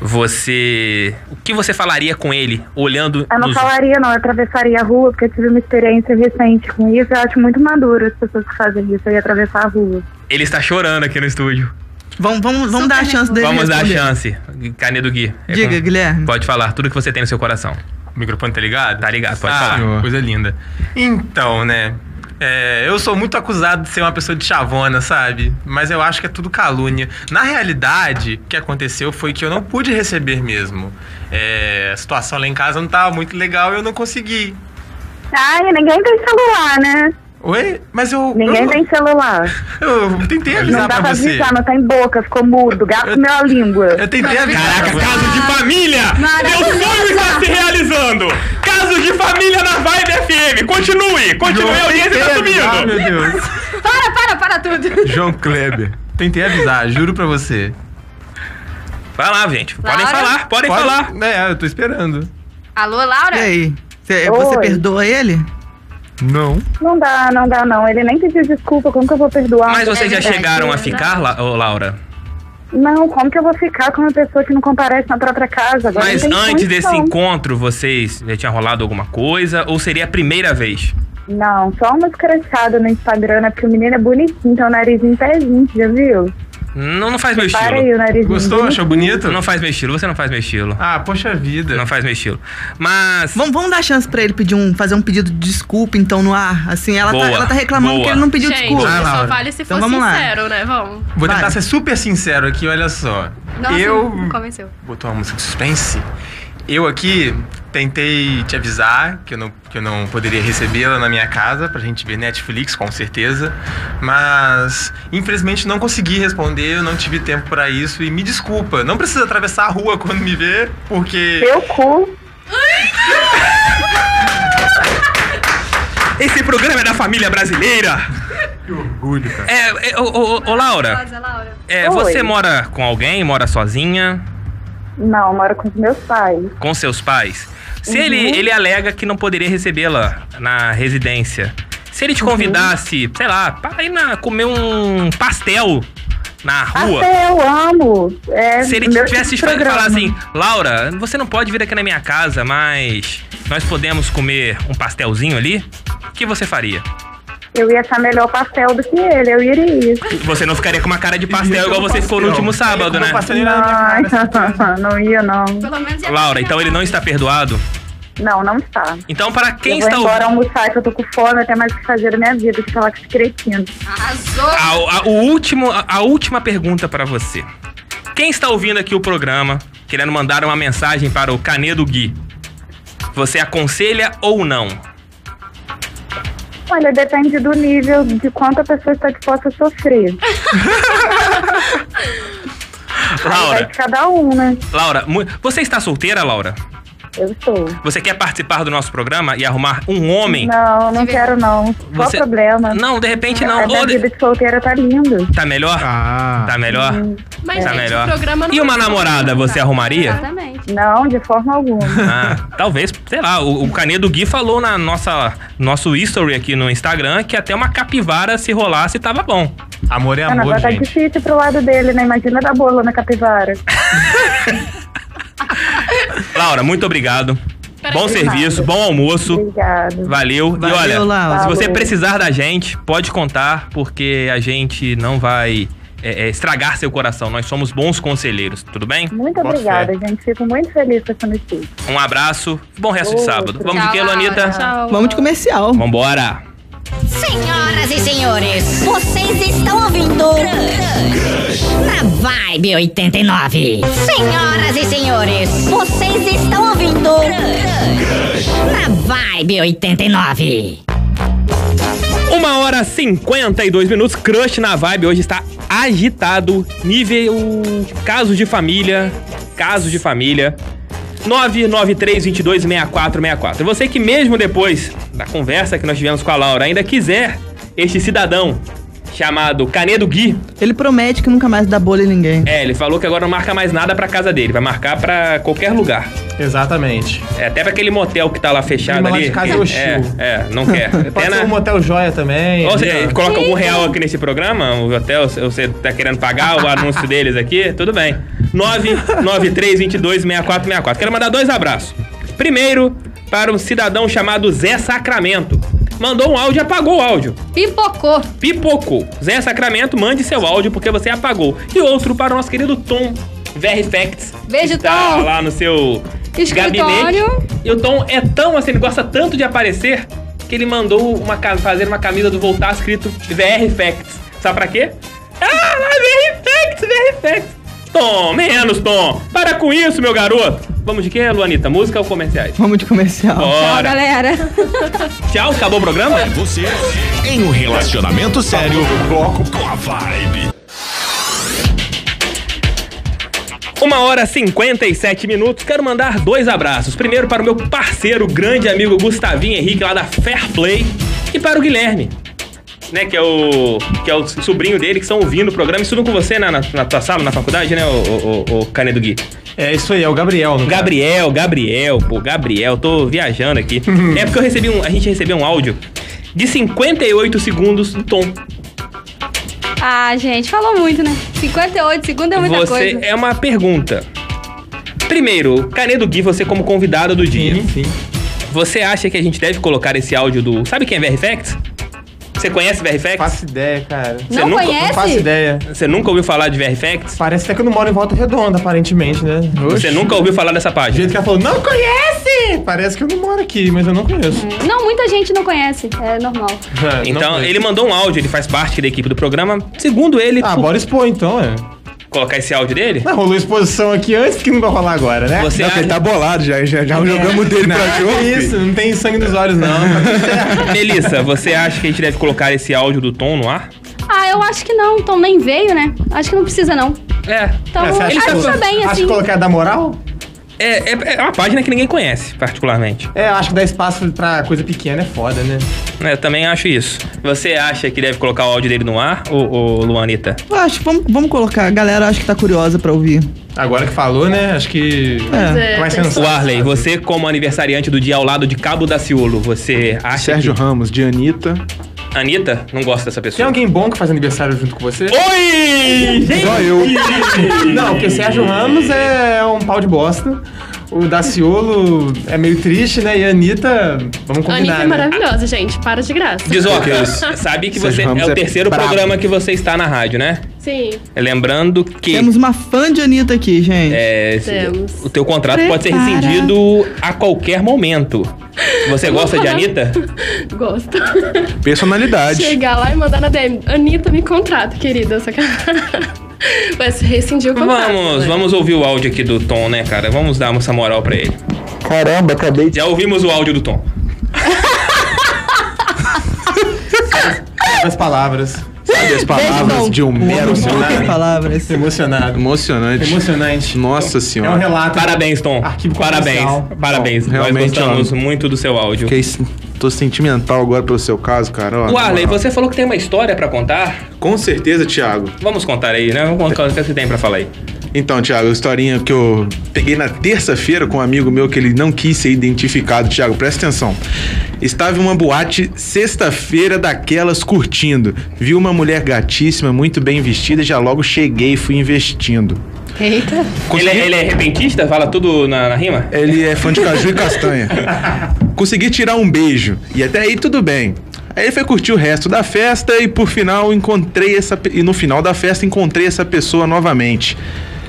Você. O que você falaria com ele olhando Eu não nos falaria, não. Eu atravessaria a rua, porque eu tive uma experiência recente com isso. Eu acho muito maduro as pessoas que fazem isso, eu ia atravessar a rua. Ele está chorando aqui no estúdio. Vamos, vamos, vamos dar a chance dele. Vamos dar a responder. chance. Canedo Gui. é Diga, Guilherme. Pode falar tudo que você tem no seu coração. O microfone tá ligado? Tá ligado, pode ah, falar. coisa linda. Então, né? é, eu sou muito acusado de ser uma pessoa de chavona, sabe? Mas eu acho que é tudo calúnia. Na realidade, o que aconteceu foi que eu não pude receber mesmo. É, a situação lá em casa não tava muito legal e eu não consegui. Ai, ninguém tem celular, né? Oi? Mas eu. Ninguém eu, tem celular. Eu tentei avisar Não dá pra pra você. avisar, não tem boca, ficou mudo. Gato meu a língua. Eu tentei avisar. pra Caraca, você. caso de família! Meu Maravilhosa! sonho está se realizando! Caso de família na Vibe FM! Continue! Continue, a audiência tá Ah, meu subindo! Deus. Para, para, para tudo. João Kleber. Tentei avisar, juro pra você. Vai lá, gente. Podem Laura? falar, podem Pode- falar. É, eu tô esperando. Alô, Laura? E aí? Cê- você Oi. perdoa ele? Não. Não dá, não dá, não. Ele nem pediu desculpa, como que eu vou perdoar? Mas vocês já verdade, chegaram a né? ficar, La- ô, Laura? Não, como que eu vou ficar com uma pessoa que não comparece na própria casa? Agora Mas não tem antes desse condição. encontro, vocês já tinha rolado alguma coisa? Ou seria a primeira vez? Não, só umas crachadas no Instagram, né? Porque o menino é bonitinho, tem o narizinho em pezinho, já viu? Não, não faz meu Para estilo. aí o narizinho. Gostou? bonitinho. Achou bonito? Não faz meu estilo, você não faz meu estilo. Ah, poxa vida. Não faz meu estilo. Mas. Vamos, vamos dar chance pra ele pedir um, fazer um pedido de desculpa, então, no ar. Assim, ela, Boa, tá, ela tá reclamando boa. Ah. que ele não pediu Gente, desculpa. Vai, só Laura. vale se Então for vamos lá. sincero, né? Vamos. Vou tentar Vai. ser super sincero aqui, olha só. Nossa, eu. não convenceu. Botou uma música de suspense? Eu aqui tentei te avisar que eu não, que eu não poderia recebê-la na minha casa pra gente ver Netflix, com certeza. Mas, infelizmente, não consegui responder, eu não tive tempo pra isso e me desculpa. Não precisa atravessar a rua quando me ver, porque. Seu cu. Esse programa é da família brasileira! Orgulho, cara. É, é, ô, ô, ô, ô, Laura, Maravilhosa, Laura. é, Oi. você mora com alguém, mora sozinha, Não, eu moro com os meus pais. Uhum. com seus pais? Se ele, ele alega que não poderia recebê-la na residência, se Uhum. ele te convidasse, sei lá, para ir na, comer um pastel na rua, Até eu amo. É, se ele meu tivesse tipo de falar programa. assim, Laura, você não pode vir aqui na minha casa, mas nós podemos comer um pastelzinho ali, o que você faria? Eu ia achar melhor pastel do que ele, eu iria. Você não ficaria com uma cara de Ia pastel comer igual você ficou no pastel. último Ia sábado, comer né? pastel e nada na minha cara, essa Não, não ia, não. Pelo menos é ia Laura, ter então ele não está perdoado? Não, não está. Então, para quem eu está vou embora ouvindo. almoçar, que eu tô com fome, até mais o que fazer da minha vida, que falar com esse cretino. Arrasou. A, a- o último, a, a última pergunta para você. Quem está ouvindo aqui o programa, querendo mandar uma mensagem para o Canedo Gui, você aconselha ou não? Olha, depende do nível de quanto a pessoa está disposta a sofrer. Vai Laura, de cada um, né? Laura, mu- você está solteira, Laura? Eu estou. Você quer participar do nosso programa e arrumar um homem? Não, não quero não. Qual o Você- problema? Não, de repente a não. minha Ou de- vida de solteira tá linda. Tá melhor? Ah. Tá melhor? Hum. Mas, Tá gente, melhor. o programa não é Tá. E uma vai- namorada você arrumaria? Exatamente. Não, de forma alguma. Ah, talvez, sei lá, o, o Canedo Gui falou na nossa nosso history aqui no Instagram que até uma capivara se rolasse tava bom. Amor é Mano, amor, agora tá gente. difícil pro lado dele, né? Imagina da bola na capivara. Laura, muito obrigado. Peraí, bom de serviço, bom almoço. Obrigado. Valeu. Valeu, e olha, Laura. se você Valeu. precisar da gente, pode contar, porque a gente não vai é, é, estragar seu coração. Nós somos bons conselheiros, tudo bem? Muito Boa obrigada, gente. Fico muito feliz com essa notícia. Um abraço, bom resto de Outro. sábado. Vamos de Tchau, quê, Laura. Lonita? Tchau. Vamos de comercial. Vambora! Senhoras e senhores, vocês estão ouvindo Crush na Vibe 89. Senhoras e senhores, vocês estão ouvindo Crush Ah, na Vibe 89. Uma hora e 52 minutos, Crush na Vibe hoje está agitado, nível caso de família, caso de família. 993226464. Você que mesmo depois da conversa que nós tivemos com a Laura ainda quiser este cidadão chamado Canedo Gui. Ele promete que nunca mais dá bolha em ninguém. É, ele falou que agora não marca mais nada pra casa dele, vai marcar pra qualquer lugar. Exatamente. É, até pra aquele motel que tá lá fechado Irmão lá ali. de casa é o Chiu. é, é, não quer. Pode até ser na, um motel joia também. Ou né? você coloca um real aqui nesse programa, o hotel, se você tá querendo pagar o anúncio deles aqui, tudo bem. 993226464. Quero mandar dois abraços. Primeiro, para um cidadão chamado Zé Sacramento. Mandou um áudio e apagou o áudio. Pipocou. Pipocou. Zé Sacramento, mande seu áudio porque você apagou. E outro para o nosso querido Tom VR Facts. Beijo, que tá Tom. lá no seu gabinete. Escritório. E o Tom é tão assim, ele gosta tanto de aparecer que ele mandou uma ca- fazer uma camisa do Voltar escrito VR Facts. Sabe pra quê? Ah, VR Facts, VR Facts. Tom, menos Tom. Para com isso, meu garoto. Vamos de quê, Luanita? Música ou comerciais? Vamos de comercial. Bora. Tchau, galera. Tchau, acabou o programa? Você Em um relacionamento sério, Tá bloco com a vibe. Uma hora e 57 minutos, quero mandar dois abraços. Primeiro para o meu parceiro, grande amigo Gustavinho Henrique, lá da Fair Play, e para o Guilherme, né, que é o que é o sobrinho dele, que estão ouvindo o programa. Estudam com você né, na, na, na tua sala, na faculdade, né, o, o, o Canedo Gui? É isso aí, é o Gabriel. no caso. Gabriel, Gabriel, pô, Gabriel, tô viajando aqui. é porque eu recebi um, a gente recebeu um áudio de 58 segundos do Tom. Ah, gente, falou muito, né? 58 segundos é muita você coisa. é uma pergunta. Primeiro, Canedo Gui, você como convidado do dia. Enfim. Você acha que a gente deve colocar esse áudio do. Sabe quem é VRFX? Você conhece VRFX? Faço ideia, cara. Você Não nunca- conhece? Não faço ideia. Você nunca ouviu falar de VRFX? Parece até que eu não moro em Volta Redonda, aparentemente, né? Você nunca ouviu falar dessa Do página? jeito que ela falou, não conhece! Parece que eu não moro aqui, mas eu não conheço. Não, muita gente não conhece. É normal. É, não Então, conheço. ele mandou um áudio, ele faz parte da equipe do programa. Segundo ele. Ah, por- bora expor então, é. Colocar esse áudio dele? Não, rolou exposição aqui antes que não vai rolar agora, né? Você Não, porque acha- ele tá bolado já, já, já jogamos dele Não, pra que jogo. isso, não tem sangue nos olhos, não. Melissa, você acha que a gente deve colocar esse áudio do Tom no ar? Ah, eu acho que não. Tom nem veio, né? Acho que não precisa, não. É. Então, É, você acha acho que que- tá bem, Acho assim. que colocar da moral? É, é, é uma página que ninguém conhece, particularmente. É, acho que dar espaço pra coisa pequena é foda, né? Eu também acho isso. Você acha que deve colocar o áudio dele no ar, ô, ô Luanita? Eu acho, vamos, vamos colocar. A galera acho que tá curiosa pra ouvir. Agora que falou, né? Acho que. É. Vai O Arley, você como aniversariante do dia ao lado de Cabo Daciolo, você acha Sérgio Ramos, de Anitta. que... Anitta não gosta dessa Tem pessoa? alguém bom que faz aniversário junto com você? Oi! Gente! Só eu. Não, porque Sérgio Ramos é um pau de bosta. O Daciolo é meio triste, né? E a Anitta, vamos A Anitta combinar. é né? maravilhosa, gente. Para de graça. Dizoca, sabe que você Sérgio Ramos é o é terceiro brabo. programa que você está na rádio, né? Sim. Lembrando que Temos uma fã de Anitta aqui, gente. é, Temos. o teu contrato pode ser Prepara. rescindido a qualquer momento. Você gosta de Anitta? Gosto. Personalidade. Chegar lá e mandar na DM. Anitta, me contrata, querida. Sacanagem. Vai se rescindir o contrato. Vamos, né? vamos ouvir o áudio aqui do Tom, né, cara? Vamos dar essa moral pra ele. Caramba, acabei de. Já ouvimos o áudio do Tom. As palavras. Sabe as palavras Beijo, de um é mero ser humano? Poucas palavras. Emocionado. Emocionante. Emocionante. É Nossa um senhora. relato. Parabéns, Tom. Arquivo Parabéns. confidencial. Parabéns. Bom, Nós realmente, gostamos ó. muito do seu áudio. Fiquei sen- é tô sentimental agora pelo seu caso, cara. ó, O Arley, na moral. você falou que tem uma história pra contar. Com certeza, Thiago. Vamos contar aí, né? Vamos contar o que você tem pra falar aí. é, Então, Thiago, a historinha que eu peguei na terça-feira com um amigo meu que ele não quis ser identificado. Thiago, presta atenção. Estava em uma boate sexta-feira daquelas curtindo. Vi uma mulher gatíssima, muito bem vestida, já logo cheguei e fui investindo. Eita. Ele Consegui- é, ele é repentista? Fala tudo na, na rima? Ele é fã de caju e castanha. Consegui tirar um beijo. E até aí tudo bem. Aí ele foi curtir o resto da festa e por final encontrei essa pe- e no final da festa encontrei essa pessoa novamente.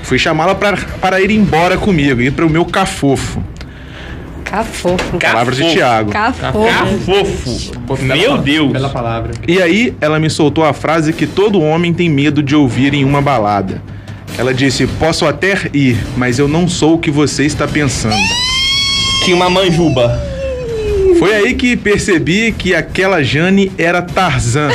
Fui chamá-la pra- para ir embora comigo, ir para o meu cafofo. Cafofo. Palavras de Tiago. Cafofo. Meu Deus. Bela palavra. E aí, ela me soltou a frase que todo homem tem medo de ouvir em uma balada. Ela disse: Posso até ir, mas eu não sou o que você está pensando. Tinha uma manjuba. Foi aí que percebi que aquela Jane era Tarzan.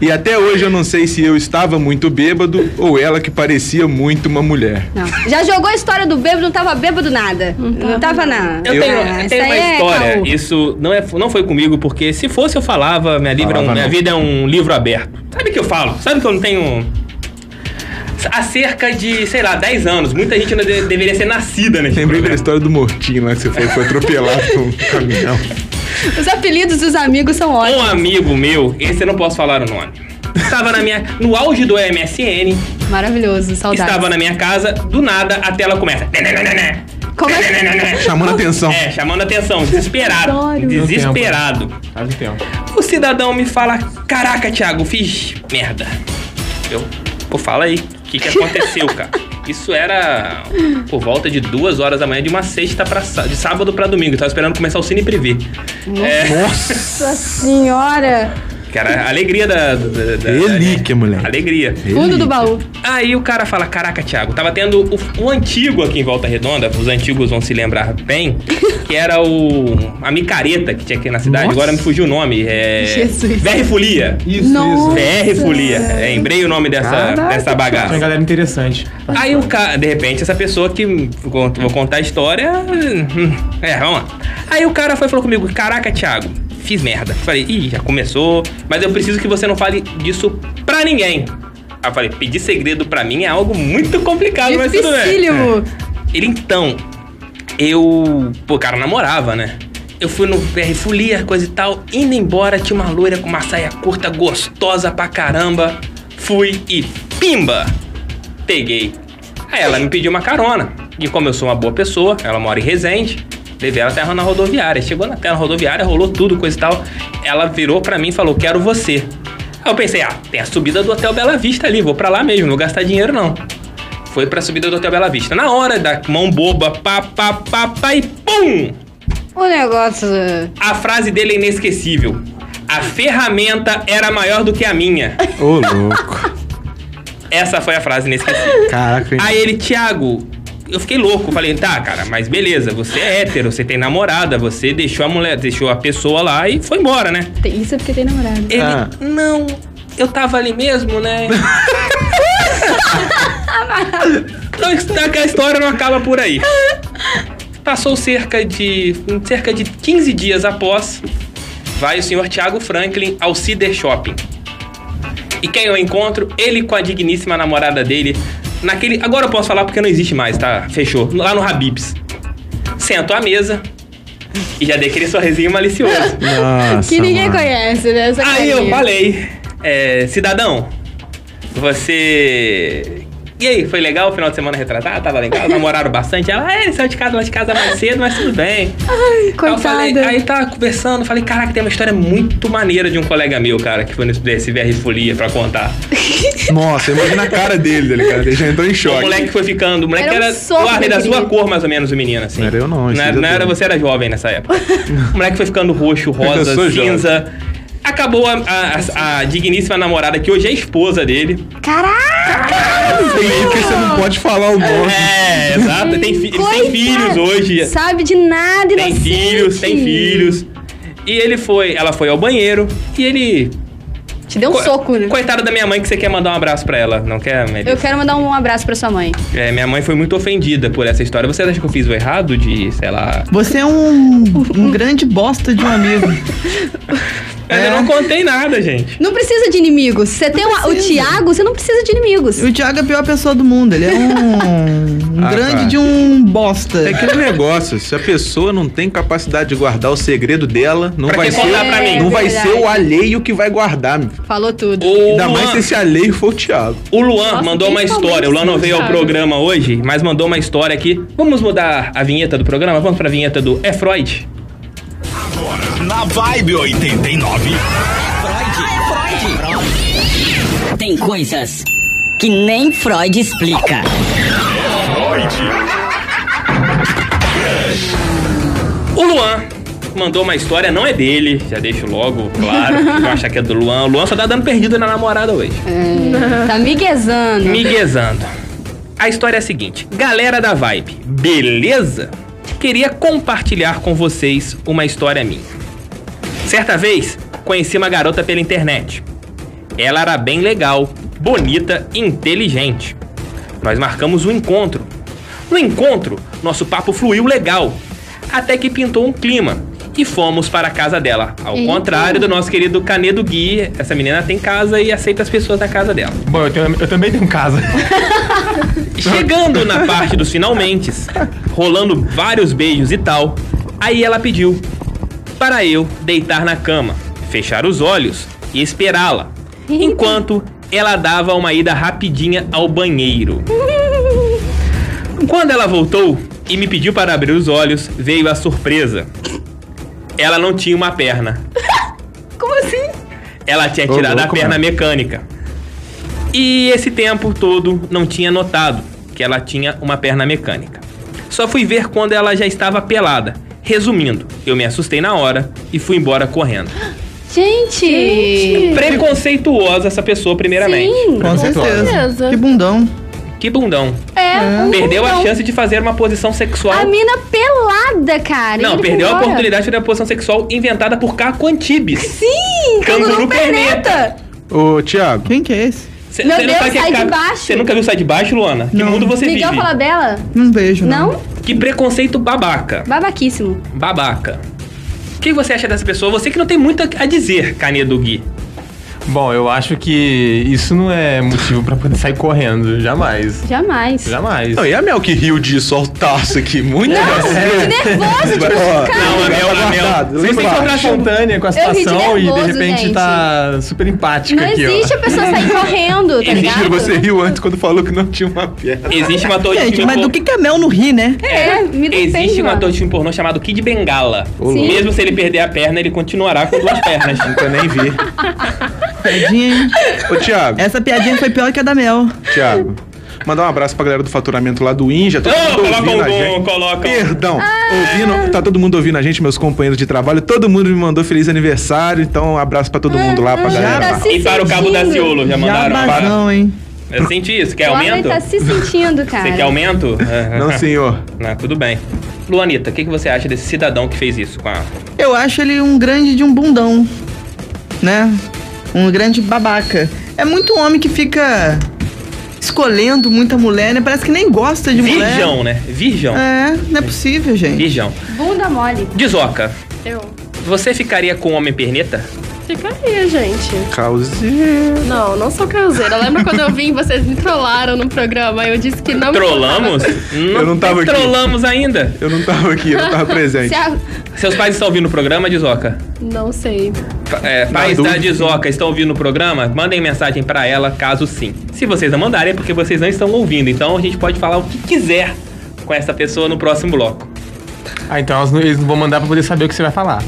E até hoje eu não sei se eu estava muito bêbado ou ela que parecia muito uma mulher. Não. Já jogou a história do bêbado, não tava bêbado nada. Não tava, nada. Eu tenho, Ah, eu isso tenho uma aí é história. caô. Isso não, é, não foi comigo, porque se fosse eu falava, minha, livro é um- Falava minha não. vida é um livro aberto. Sabe o que eu falo? Sabe que eu não tenho. Há cerca de, sei lá, 10 anos, muita gente ainda de- deveria ser nascida, né? Lembrei da história do Mortinho lá que você foi, foi atropelado por um caminhão. Os apelidos dos amigos são ótimos. Um amigo meu, esse eu não posso falar o nome. Estava na minha, no auge do MSN, Maravilhoso, saudade. estava na minha casa, do nada a tela começa. Como é que... Chamando a atenção. É, chamando a atenção, desesperado. Adoro. Desesperado. um O cidadão me fala: Caraca, Thiago, fiz merda. Eu, pô, fala aí, o que, que aconteceu, cara? Isso era por volta de duas horas da manhã, de uma sexta para de sábado pra domingo. Eu tava esperando começar o Cine Privé. É, Nossa senhora! cara, a alegria da. da, da Relíquia, mulher. Alegria. Fundo do baú. Aí o cara fala: Caraca, Thiago, tava tendo o, o antigo aqui em Volta Redonda, os antigos vão se lembrar bem, que era o. a micareta que tinha aqui na cidade, agora me fugiu o nome. É. Jesus. VR Folia. Isso, Nossa. VR Folia. É, lembrei o nome dessa, dessa Tem uma bagaça. galera interessante. Aí o cara, de repente, essa pessoa que. Vou vou contar a história. hum, É, vamos lá. Aí o cara foi e falou comigo: Caraca, Thiago, fiz merda. Falei: Ih, já começou, mas eu preciso que você não fale disso pra ninguém. Aí eu falei: Pedir segredo pra mim é algo muito complicado, mas tudo bem. É. Dificílimo. Ele então, eu. Pô, cara, namorava, né? Eu fui no PR Folia, coisa e tal, indo embora, tinha uma loira com uma saia curta, gostosa pra caramba. Fui e pimba! Peguei. Aí ela me pediu uma carona. E como eu sou uma boa pessoa, ela mora em Resende, levei ela até na rodoviária. Chegou na tela rodoviária, rolou tudo, coisa e tal. Ela virou pra mim e falou: Quero você. Aí eu pensei: Ah, tem a subida do Hotel Bela Vista ali, vou pra lá mesmo, não vou gastar dinheiro não. Foi pra subida do Hotel Bela Vista. Na hora da mão boba, pá, pá, pá, pá e pum! O negócio. A frase dele é inesquecível. A ferramenta era maior do que a minha. Ô, louco. Essa foi a frase inesquecível. Caraca, hein? Aí ele, Thiago, eu fiquei louco. Falei, tá, cara, mas beleza, você é hétero, você tem namorada, você deixou a mulher, deixou a pessoa lá e foi embora, né? Tem- Isso é porque tem namorado. Ele, não, eu tava ali mesmo, né? Então, isso- a história não acaba por aí. Passou cerca de cerca de 15 dias após, vai o senhor Thiago Franklin ao Cider Shopping. E quem eu encontro? Ele com a digníssima namorada dele. Naquele. Agora eu posso falar porque não existe mais, tá? Fechou. Lá no Habibs. Sento à mesa e já dei aquele sorrisinho malicioso. que ninguém conhece, né? Essa Aí eu carinha. falei, é, cidadão, você. E aí, foi legal o final de semana retratado? Tava legal? Namoraram bastante? Ela, é, saiu de casa lá de casa mais cedo, mas tudo bem. Ai, Aí eu falei, coitada. aí tava conversando, falei, caraca, tem uma história muito maneira de um colega meu, cara, que foi nesse SBR Folia pra contar. Nossa, imagina a cara dele, tá ligado? Ele já entrou em O choque. moleque foi ficando, o moleque Era um era, sopro, ah, da meu sua querido. cor, mais ou menos, o menino, assim. Não era eu, não. esse Não, era- dia não era todo. você era jovem nessa época. o moleque foi ficando roxo, rosa, Eu sou jovem. cinza. Acabou a, a- a digníssima namorada, que hoje é esposa dele. Tem jeito que você não pode falar o nome. É, exato. Tem, fi- eles têm Coitado. filhos hoje. Sabe de nada, Tem inocente. filhos, tem filhos. E ele foi, ela foi ao banheiro e ele. Te deu um Co- soco, né? Coitada da minha mãe, que você quer mandar um abraço pra ela, não quer, Melissa? Eu quero mandar um abraço pra sua mãe. É, minha mãe foi muito ofendida por essa história. Você acha que eu fiz o errado de, sei lá. Você é um, um grande bosta de um amigo. Mas eu É. não contei nada, gente. Não precisa de inimigos. Você tem uma- o precisa. Thiago, você não precisa de inimigos. O Thiago é a pior pessoa do mundo. Ele é um, um Ah, grande tá. de um bosta. É aquele negócio, se a pessoa não tem capacidade de guardar o segredo dela, não Pra vai que ser, contar pra mim? não É vai verdade. ser o alheio que vai guardar. meu filho. Falou tudo. O Ainda mais Luan- se esse alheio for o Thiago. O Luan Nossa, mandou uma principalmente história. O Luan não sim, veio ao cara. programa hoje, mas mandou uma história aqui. Vamos mudar a vinheta do programa? Vamos pra vinheta do É Freud? Na Vibe 89. Tem coisas que nem Freud explica. Freud. O Luan mandou uma história, não é dele, já deixo logo, claro, que vão achar que é do Luan. O Luan só tá dando perdido na namorada hoje. É, tá miguezando. Miguezando. A história é a seguinte: galera da Vibe, beleza? Queria compartilhar com vocês uma história minha. Certa vez, conheci uma garota pela internet. Ela era bem legal, bonita e inteligente. Nós marcamos um encontro. No encontro, nosso papo fluiu legal, até que pintou um clima e fomos para a casa dela. Ao Eita. contrário do nosso querido Canedo Gui, essa menina tem casa e aceita as pessoas na casa dela. Bom, eu, tenho- eu também tenho um casa. Chegando na parte dos finalmente, rolando vários beijos e tal, aí ela pediu para eu deitar na cama, fechar os olhos e esperá-la, enquanto ela dava uma ida rapidinha ao banheiro. Quando ela voltou e me pediu para abrir os olhos, veio a surpresa. Ela não tinha uma perna. Como assim? Ela tinha Ô, tirado a louco, perna mecânica. E esse tempo todo não tinha notado que ela tinha uma perna mecânica. Só fui ver quando ela já estava pelada. Resumindo, eu me assustei na hora e fui embora correndo. Gente! Preconceituosa essa pessoa, primeiramente. Sim. Com Preconceituosa. certeza. Que bundão. Que bundão. É, Ah. um Perdeu a bundão. chance de fazer uma posição sexual. A mina pelada, cara. Não, Ele perdeu a embora. oportunidade de fazer uma posição sexual inventada por Caco Antibes. Sim! Canguru Canguru perneta. perneta! Ô, Thiago. Quem que é esse? Cê- Meu cê não Deus, sabe que é sai de Caco- baixo. Você nunca viu Sai de Baixo, Luana? Que mundo você Miguel vive? fala dela? Não beijo, não. Que preconceito babaca. Babaquíssimo. Babaca. O que você acha dessa pessoa? Você que não tem muito a dizer, Canedo Gui. Bom, eu acho que isso não é motivo pra poder sair correndo, jamais. Jamais. Jamais. Não, e a Mel que riu disso, altaço aqui, muito Não, vacilo. de nervoso, tipo, Ó, é cara. Não, a Mel, a Mel. Você Lembra? encontrar espontânea com a Eu ri de situação e de nervoso, repente gente. tá super empática Não aqui, ó. existe a pessoa sair correndo, tá ligado? você riu antes quando falou que não tinha uma perna. Existe uma torre de Gente, filme mas pornô. do que, que a Mel não ri, né? É, me defende, Existe um mano. ator de filme pornô chamado Kid Bengala. Sim. Mesmo se ele perder a perna, ele continuará com duas pernas. Nunca nem vi. Piadinha, hein? Ô, Thiago. Essa piadinha foi pior que a da Mel. Thiago. Mandar um abraço pra galera do faturamento lá do Inja. Todo Não, mundo coloca ouvindo um a bom, gente. coloca um. Perdão. Ouvindo, tá todo mundo ouvindo a gente, meus companheiros de trabalho. Todo mundo me mandou feliz aniversário. Então, um abraço pra todo mundo lá, pra Ah, galera tá lá. E para o Cabo da Ciolo, já mandaram? Jabazão, hein? Eu senti isso. Quer O homem aumento? tá se sentindo, cara. Você quer aumento? Não, senhor. Não, tudo bem. Luanita, o que, que você acha desse cidadão que fez isso com a... Eu acho ele um grande de um bundão, né? Um grande babaca. É muito homem que fica escolhendo muita mulher, né? Parece que nem gosta de mulher. Virgão, né? Virgão. É, não é possível, gente. Virgão. Bunda mole. Dizoca, Eu você ficaria com o homem perneta? ficaria, gente. Cause... Não, não sou causeira. Lembra quando eu vim e vocês me trollaram no programa? Eu disse que não me Trollamos? Eu não tava aqui. Trollamos ainda. Eu não tava aqui, eu não tava presente. Se a- Seus pais estão ouvindo o programa, Dizoca? Não sei. Pa- Tá é, pais da Dizoca estão ouvindo o programa? Mandem mensagem pra ela, caso sim. Se vocês não mandarem, é porque vocês não estão ouvindo. Então a gente pode falar o que quiser com essa pessoa no próximo bloco. Ah, então elas não- eles não vão mandar pra poder saber o que você vai falar.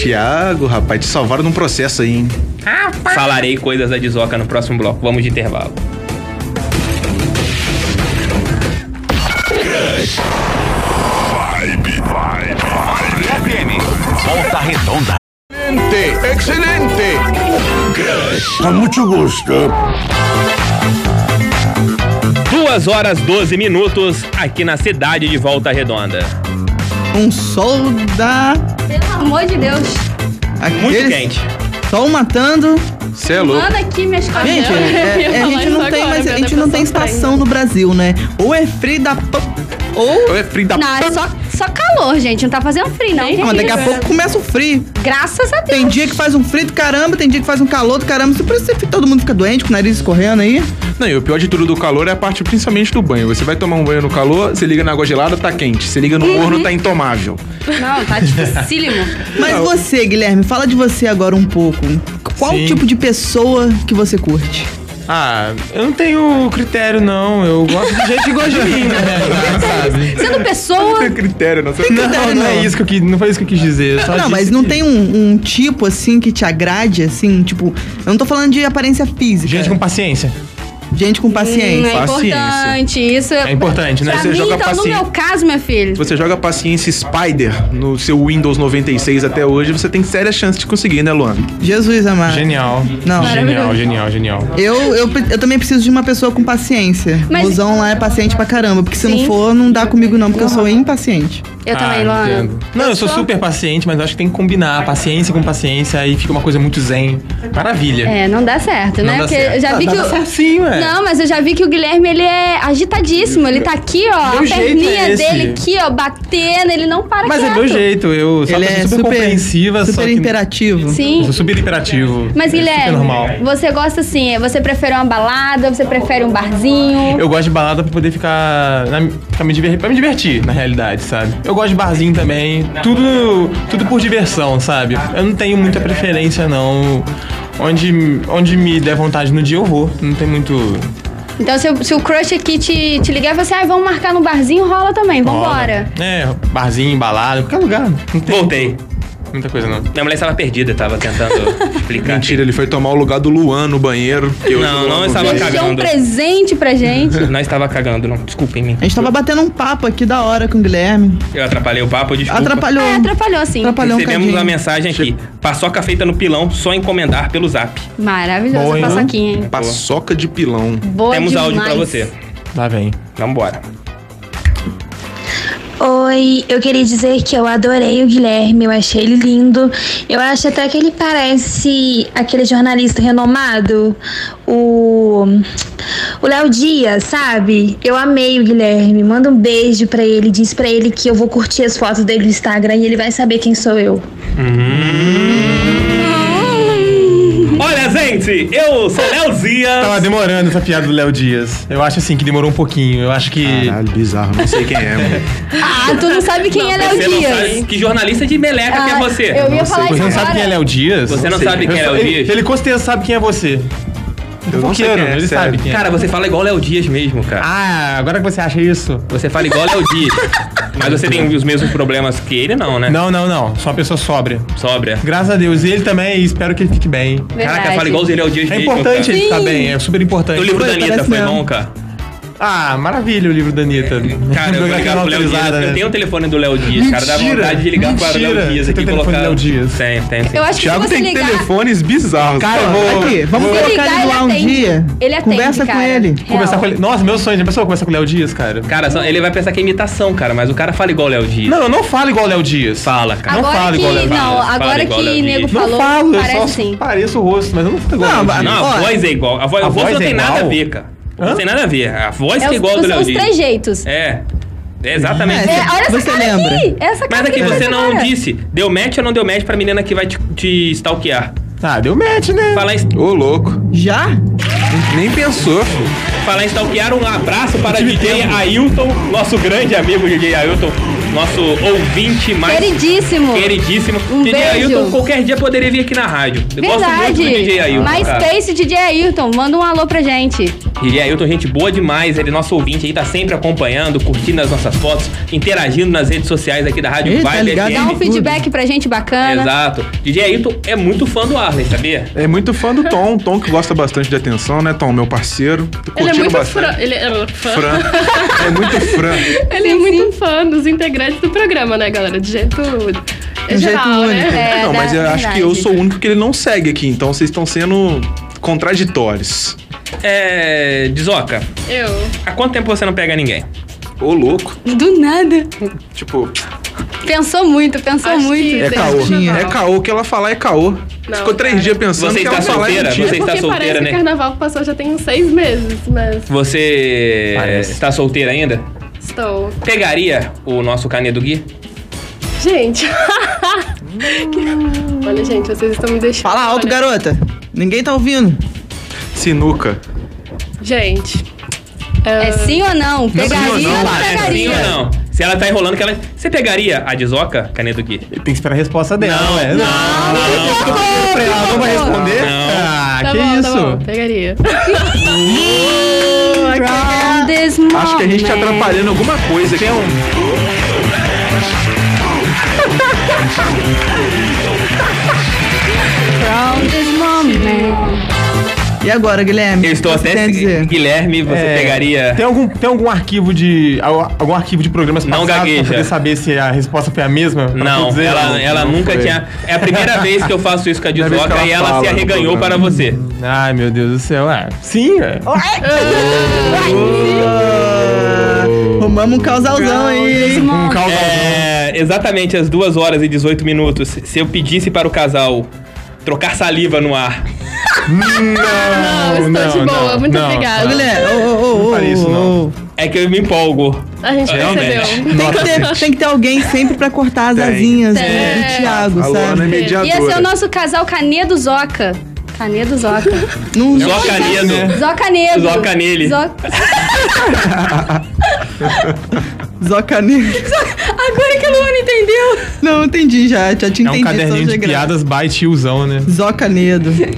Tiago, rapaz, te salvaram num processo aí, hein? Falarei coisas da Dizoca no próximo bloco. Vamos de intervalo. Vibe, vibe, vibe. FM. Volta redonda. Excelente, excelente. Com muito gosto. Duas horas 12 minutos aqui na cidade de Volta Redonda. Um sol da. Pelo amor de Deus. aqueles- quente. Sol matando. Você é Manda aqui minhas Gente, canelas. é- é- a gente não tem, mais, a gente não tem estação no Brasil, né? Ou é frio da p- ou é frio tá Não, é só, só calor, gente. Não tá fazendo frio, não. Ah, mas daqui a Gente, pouco começa o frio. Graças a Deus. Tem dia que faz um frio do caramba, tem dia que faz um calor do caramba. Se parece que todo mundo fica doente, com o nariz escorrendo aí. Não, e o pior de tudo do calor é a parte principalmente do banho. Você vai tomar um banho no calor, você liga na água gelada, tá quente. Você liga no forno, tá intomável. Não, tá dificílimo. Mas você, Guilherme, fala de você agora um pouco. Qual Sim. tipo de pessoa que você curte? Ah, eu não tenho critério, não. Eu gosto de gente que gosta de mim, na realidade, sabe? Sendo pessoa. é Não tem critério, né? não. Tem critério, não, não é não. isso que eu quis, não foi isso que eu quis dizer. eu só não, disse mas não tem um, um tipo assim que te agrade, assim, tipo. Eu não tô falando de aparência física. Gente com paciência. Gente com Hum, é paciência. importante, isso É importante, né? Pra Você mim, joga então, no paciência. meu caso, meu filho, Se você joga paciência Spider no seu Windows 96 até hoje, você tem séria chance de conseguir, né, Luan? Hum, Jesus Ah. amado. Genial. Não. Genial, Maravilhoso. genial, genial. Eu, eu, eu também preciso de uma pessoa com paciência. Mas- O Zão lá é paciente pra caramba, porque se Sim. não for, não dá comigo não, porque eu sou impaciente. eu também, Ah, Luana. entendo. Não, eu sou super paciente, mas eu acho que tem que combinar paciência com paciência, aí fica uma coisa muito zen. Maravilha. É, não dá certo, Não né? dá Porque certo. eu já Ah, vi dá que o... certo sim, ué. Não, mas eu já vi que o Guilherme, ele é agitadíssimo. Ele tá aqui, ó, Meu a jeito é perninha esse. dele aqui, ó, batendo, ele não para Mas é quieto. meu jeito, eu sou uma Ele pessoa é super, super- compreensiva, só super que- imperativo. Sim. Eu sou super imperativo. Mas É super Guilherme, normal. você gosta assim, é, você prefere uma balada, você prefere um barzinho? Eu gosto de balada pra poder ficar. Na, pra, me divertir, pra me divertir, na realidade, sabe? Eu gosto de barzinho também. Tudo, tudo por diversão, sabe? Eu não tenho muita preferência, não. Onde, onde me der vontade no dia eu vou. Não tem muito. Então se, o- se o crush aqui te, te ligar e falar assim, ah, vamos marcar no barzinho, rola também, vambora. É, barzinho, balada, qualquer lugar. Não tem Voltei. Muita coisa não. Minha mulher estava perdida, tava tentando explicar. Mentira, ele foi tomar o lugar do Luan no banheiro. que hoje Não, o Luan não Tá estava veio. Deu um presente pra gente. Não estava cagando, não. Desculpem-me. A gente tava batendo um papo aqui da hora com o Guilherme. Eu atrapalhei o papo, desculpa. Atrapalhou. É, atrapalhou sim. Tá Atrapalhou um Recebemos cadinho. uma mensagem aqui. Paçoca feita no pilão, só encomendar pelo zap. Maravilhoso a paçoquinha, hein? Paçoca de pilão. Boa Temos áudio pra demais. você. Lá vem. Vambora. Oi, eu queria dizer que eu adorei o Guilherme, eu achei ele lindo. Eu acho até que ele parece aquele jornalista renomado, o o Léo Dias, sabe? Eu amei o Guilherme. Manda um beijo pra ele, diz pra ele que eu vou curtir as fotos dele no Instagram e ele vai saber quem sou eu. Olha, gente, eu sou Léo Dias. Tava demorando essa piada do Léo Dias. Eu acho assim que demorou um pouquinho. Eu acho que. Caralho, bizarro. Não sei quem é, mano. Ah, tu não sabe quem é Léo Você não sabe Dias. que jornalista de meleca que é Ah, você. eu ia falar Você isso não sabe agora. quem é Léo Dias? Você não sei. sabe quem é Eu Léo sou- ele- Dias? Ele com certeza sabe quem é você. Eu não sei Fofoqueiro, quem é, ele sério. sabe quem é. Cara, você fala igual Léo Dias mesmo, cara. Ah, agora que você acha isso. Você fala igual Léo Dias. Mas você tem os mesmos problemas que ele, não, né? Não, não, não. Sou uma pessoa sóbria. Sóbria. Graças a Deus. E ele também, e espero que ele fique bem. Verdade. Caraca, fala igualzinho ele ao Dias É mesmo, importante cara. ele ficar Sim. bem, é super importante. O livro da Anitta foi bom, cara? Ah, maravilha o livro da Anitta. né? Cara, eu vou ligar pro Léo Dias. Eu tenho o telefone do Léo Dias, cara. Dá Mentira. vontade de ligar para o Léo Mentira. Dias Você aqui tem e telefone colocar. do Léo Dias? Tem, tem, tem. Eu acho que se você ligar... telefones bizarros. Cara, eu vou... Aqui, vamos vou- colocar ligar, ele lá ele um atende. dia. Ele atende, Conversa com cara. ele. Real. Conversar com ele. Nossa, meu sonho, já pensou conversar com o Léo Dias, cara? Cara, só- ele vai pensar que é imitação, cara, mas o cara fala igual o Léo Dias. Não, eu não falo igual o Léo Dias. Fala, cara. Não Agora falo que- igual o Léo Dias. não, Fala agora igual o que Léo Dias. nego Não falou, falo, eu parece só sim. pareço o rosto, mas eu não falo igual Não, o Léo mas- Dias. Não, a Olha, voz é igual. A voz, a o rosto voz não é tem nada a igual? ver, cara. Não tem nada a ver. A voz É que é os- igual a do os- Léo os Dias. trejeitos. É. É exatamente. É, olha essa Você cara lembra? aqui. Essa cara Mas É. aqui, aqui, você essa não cara. disse, deu match ou não deu match pra menina que vai te, te stalkear? Ah, deu match, né? Falar em, Ô, louco. Já? Nem pensou, filho. falar em stalkear, um abraço para DJ Ailton, nosso grande amigo DJ Ailton, nosso ouvinte mais Queridíssimo. queridíssimo. Um DJ beijo. Ailton, qualquer dia poderia vir aqui na rádio. Eu gosto muito Verdade. do DJ Ailton. Mais cara. Space DJ Ailton, manda um alô pra gente. DJ Ailton, gente boa demais, ele é nosso ouvinte aí, tá sempre acompanhando, curtindo as nossas fotos, interagindo nas redes sociais aqui da Rádio Ih, tá Vibe ligado. Dá né? um FM. feedback pra gente bacana. Exato. DJ Ailton é muito fã do Arlen, sabia? É muito fã do Tom. Tom que gosta bastante de atenção, né, Tom? Meu parceiro. Tô Ele é curtindo muito bastante. fã. Ele é fã. Fran. É muito Fran. Ele é muito fã dos integrantes do programa, né, galera? De jeito. É De jeito geral, único. né? não, mas eu acho que eu sou o único que ele não segue aqui, então vocês estão sendo contraditórios. É. Dizoca, Eu. há quanto tempo você não pega ninguém? Ô, louco. Do nada. Tipo, Pensou muito, pensou Acho muito. que- é caô. tinha. É caô. O que ela falar é caô. Ficou três dias pensando Você que está ela falar solteira? é mentira. Você Porque está solteira, parece que o né? carnaval passou já tem uns seis meses, mas Você Parece. está solteira ainda? estou. Pegaria o nosso canedo Gui? Gente. Hum. Olha, gente, vocês estão me deixando. Fala alto, Olha, garota. Ninguém tá ouvindo. Sinuca. Gente. É sim ou não? Pegaria ou não, Ah, é sim pegaria? ou não? Se ela tá enrolando, que ela. Você pegaria a Dizoca, canedo Gui? Tem que esperar a resposta dela, Não, ué. Ah, não, não, eu tô falando pra ela, não vai responder? Ah, Tá que bom, isso? tá bom, pegaria. On this moment. Acho que a gente tá atrapalhando alguma coisa aqui. On this moment. E agora, Guilherme? Eu estou O que você até. tem a dizer? Guilherme, você É, pegaria. Tem algum, tem algum arquivo de. al- algum arquivo de programas Não passados gagueja. pra poder saber se a resposta foi a mesma? Pra Não, poder dizer? ela, ela Não nunca foi. tinha. É a primeira vez que eu faço isso com a Primeira vez que Dizoca e ela fala se no arreganhou para programa. você. Ai, meu Deus do céu. É. Sim, é. Arrumamos um causalzão aí, hein? Um É, exatamente às 2 horas e 18 minutos, se eu pedisse para o casal trocar saliva no ar. Não, estou Ah, tá de boa, muito obrigada. É que eu me empolgo. A gente percebeu. Tem que, ter, tem que ter alguém sempre pra cortar as asinhas do, Tem. do Thiago, A Luana sabe? né? é mediadora. Ia ser o nosso casal Canedo Zoca. Canedo Zoca. Não é, Zoca né? Nedo. Zoca Nedo. Zoca nele. Zoca- Zoca nele. Agora que a Luana entendeu. Não, entendi já. Já tinha É um entendido. só caderninho de graça. piadas by tiozão, né? Zoca Nedo. O Guilherme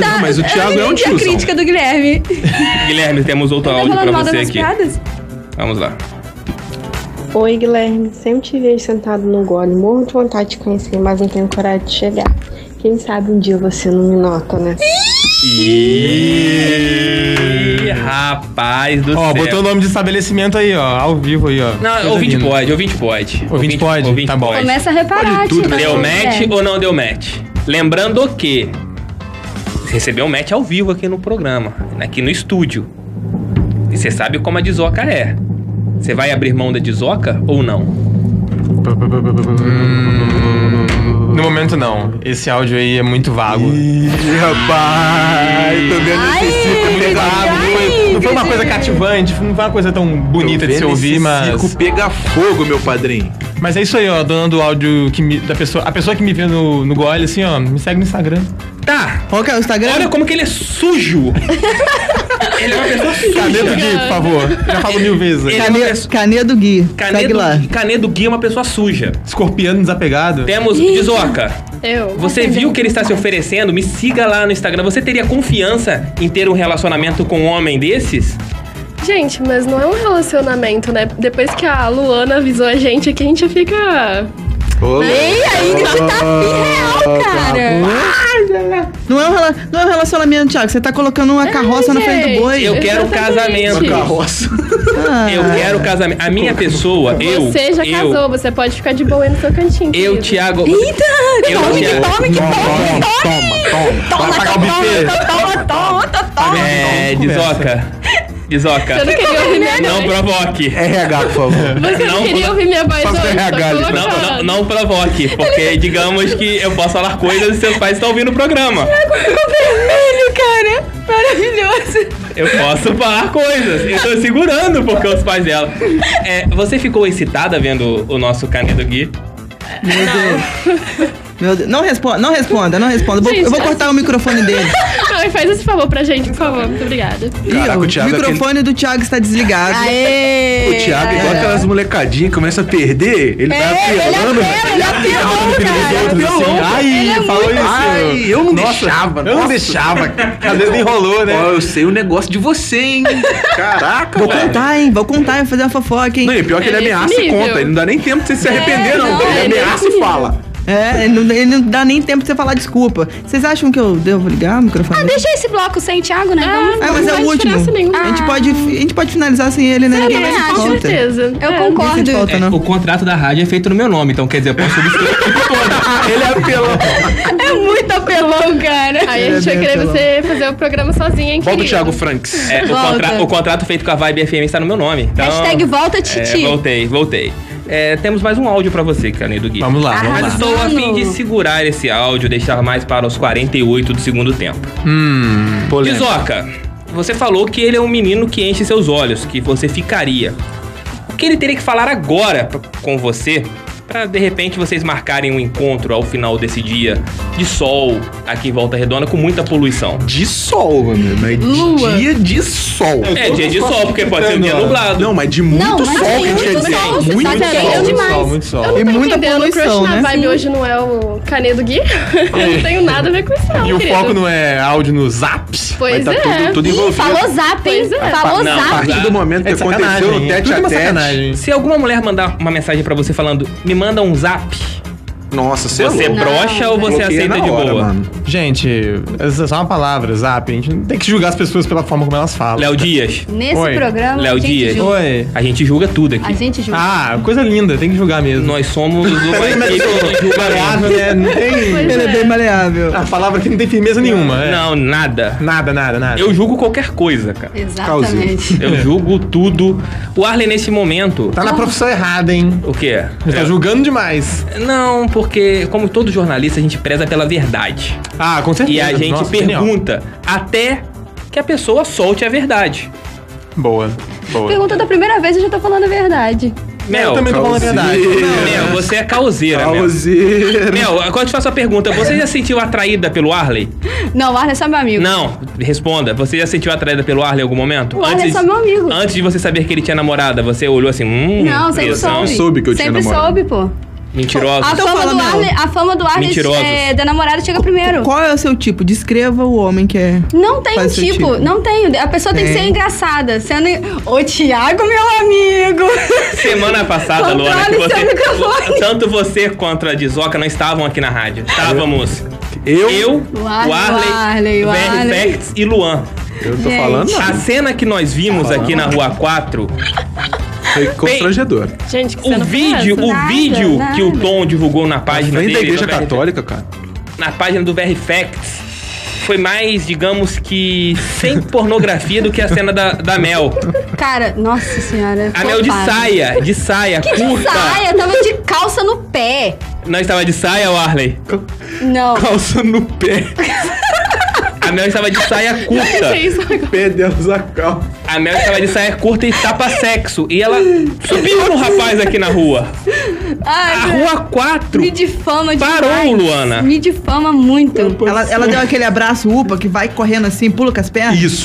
tá... é um eu entendi a crítica do Guilherme. Tá Guilherme, temos outro Tá áudio falando para mal das você minhas aqui. piadas? Vamos lá. Oi, Guilherme. Sempre te vejo sentado no gole. Morro de vontade de conhecer, mas não tenho coragem de chegar. Quem sabe um dia você não me nota, né? Ih, rapaz do Ó, céu. botou o nome de estabelecimento aí, ó. Ao vivo aí, ó. Não, ouvinte pode, ouvinte pode. Ouvinte, pode? tá bom. Começa a reparar, né? tá Tina. Deu match Guilherme. ou não deu match? Lembrando que recebeu um match ao vivo aqui no programa, aqui no estúdio. E você sabe como a Dizoca é. Você vai abrir mão da Dizoca ou não? No momento não. Esse áudio aí é muito vago. Ih, rapaz, tô vendo esse circo pegado. Não foi uma coisa cativante, não foi uma coisa tão bonita de se vendo ouvir, esse mas. circo pega fogo, meu padrinho. Mas é isso aí, ó, dona do áudio que me, da pessoa. A pessoa que me vê no, no gole, assim, ó, me segue no Instagram. Tá. Qual que é o Instagram? Olha como que ele é sujo. ele é uma pessoa suja. Canedo Gui, por favor. Já falo mil vezes. Ele é uma pessoa- Cane, Canedo Gui. Segue Canedo, lá. Canedo Gui é uma pessoa suja. Escorpiano desapegado. Temos Ih. Dizoca. Eu. Você viu que ele está se oferecendo? Me siga lá no Instagram. Você teria confiança em ter um relacionamento com um homem desses? Gente, mas não é um relacionamento, né? Depois que a Luana avisou a gente aqui, a gente já fica. Ei, aí que tá real, cara. Não é, um, rela- não é um relacionamento, Thiago. Você tá colocando uma carroça na frente do boi. Eu quero um casamento. Eu quero um casamento. A minha pessoa, eu. Ah. você já eu, casou, você pode ficar de boa aí no seu cantinho. Eu, Thiago. Eu, Thiago- Toma, toma, toma, toma, É, Dizoca. Dizoca. Você não queria ouvir minha Não voz? provoque. RH, por favor. Você não, queria ouvir minha voz hoje? Foi Não, colocado. não, não provoque, porque digamos que eu posso falar coisas e seus pais estão ouvindo o programa. Ficou vermelho, cara. Maravilhoso. Eu posso falar coisas. Eu tô segurando porque os pais dela. É, você ficou excitada vendo o nosso Canedo Gui? Meu Deus. Meu Deus. Não responda, não responda, não responda. Eu vou- tá eu vou cortar o microfone dele. Ai, faz esse favor pra gente, por favor. Muito obrigada. Caraca, o Thiago é aquele- microfone do Thiago está desligado. O Thiago, igual aquelas molecadinhas que começa a perder, ele vai apelando. Ele é Ai, falou isso. Ai, eu não deixava. Eu não deixava. Às vezes enrolou, né? Ó, eu sei o negócio de você, hein? Caraca, Vou velho. contar, hein? Vou contar, vou fazer uma fofoca, hein? Não, e pior que ele É ameaça e conta. Ele não dá nem tempo de você se arrepender, não. Ah, Ele ameaça e fala. É, ele não, ele não dá nem tempo pra você falar desculpa. Vocês acham que eu devo ligar o microfone? Ah, deixa esse bloco sem Thiago, né? Vamos- Ah, mas não é faz o último. diferença nenhuma. Ah. A, gente pode, a gente pode finalizar sem ele, né? Ele Também não vai acho. se falta. Eu É, ninguém concordo. sente falta, não. o contrato da rádio é feito no meu nome, então quer dizer, eu posso substituir o tempo todo. Ele é apelão. É muito apelão, cara. Aí a gente vai É bem querer apelão. você fazer o programa sozinha, hein, Volta querido? Franks. É, o, Volta. contra- o contrato feito com a Vibe FM está no meu nome. Então, Hashtag volta, É, Titi. voltei, voltei. É, temos mais um áudio pra você, Carinha do Gui. Vamos lá, vamos Mas lá. estou a fim de segurar esse áudio, deixar mais para os 48 do segundo tempo. Hum. Pizoca, você falou que ele é um menino que enche seus olhos, que você ficaria. O que ele teria que falar agora p- com você para de repente vocês marcarem um encontro ao final desse dia de sol aqui em Volta Redonda com muita poluição? De sol, mano. Mas Lua. de dia de sol. É, dia de sol, porque pode ser um dia Não, nublado. Não, mas de muito Não, mas sol tem que muito quer dizer. sol, você muito tá querendo sol, demais. muito sol. Eu não tô entendendo, o crush na vibe hoje não é o Canedo Gui. Eu não tenho nada a ver com isso, Ah, não, E o querido. foco não é áudio no zaps? Pois mas tá é. tudo, tudo Ih, envolvido. falou zap, hein? é. Falou Não, zap. a partir do momento É que aconteceu é no tete a tete. Se alguma mulher mandar uma mensagem pra você falando, me manda um zap, Nossa, você Você é louco. brocha ou você Bloqueia aceita na de hora, boa? mano. Gente, essa é só uma palavra, zap. A gente não tem que julgar as pessoas pela forma como elas falam. Léo Dias. Nesse programa, Léo a gente Dias. julga. Oi. A gente julga tudo aqui. A gente julga. Ah, coisa linda, tem que julgar mesmo. Nós somos uma equipe que o julga maleável, né? Não tem. Ele é bem maleável. A palavra que não tem firmeza nenhuma, é. Não, nada. Nada, nada, nada. Eu julgo qualquer coisa, cara. Exatamente. Eu julgo tudo. O Arley, nesse momento. É. Tá na profissão errada, hein? O quê? Tá julgando demais. Não, porque, como todo jornalista, a gente preza pela verdade. Ah, com certeza. E a gente Nossa, genial. pergunta até que a pessoa solte a verdade. Boa, boa. Pergunta da primeira vez, eu já tô falando a verdade. Mel, É, Eu também tô falando a verdade. Calzeira. Não, Mel, você é causeira, Causeira. Mel, agora eu te faço a pergunta. Você já sentiu atraída pelo Arley? Não, o Arlen é só meu amigo. Não, responda. Você já sentiu atraída pelo Arley em algum momento? O Arlen é só meu amigo. antes de você saber que ele tinha namorada, você olhou assim, hum... Não, sempre tesão. soube. sempre soube, pô. Mentirosa. A fama, fala, do Mel. Arlen, a fama do Arlen Mentirosos. é, da namorada chega primeiro. Qual é o seu tipo? Descreva o homem que é. Não tem Faz É. seu tipo, tipo. não tem. A pessoa tem, que Tem. ser engraçada. Sendo. Ô, Tiago, meu amigo! Semana passada, Controle Luana, que seu você. microfone. Tanto você quanto a Dizoca não estavam aqui na rádio. Estávamos. Eu, O o Arley, Arley, o Arley, o Ver- Arley. Verts e Luan. Eu tô Gente. falando nada. A cena que nós vimos aqui na rua 4 foi constrangedor. Gente, que O vídeo, o vídeo que o Tom divulgou na página Vem dele, da igreja do VR católica, cara. na página do VR Facts foi mais, digamos que, sem pornografia do que a cena da, da Mel. Cara, nossa senhora. A Mel de topada. saia, de saia, Que de curta. saia? Tava de calça no pé. Nós estava de saia, o Arley? Não. Calça no pé. A Mel estava de saia curta. Pé delas a calça. A Mel estava de saia curta e tapa sexo. E ela subiu no rapaz aqui na rua. Ai, A Rua 4. Ah, Me difama demais. Parou, Luana. Me difama muito. Ela, é. ela deu aquele abraço, upa, que vai correndo assim, pula com as pernas?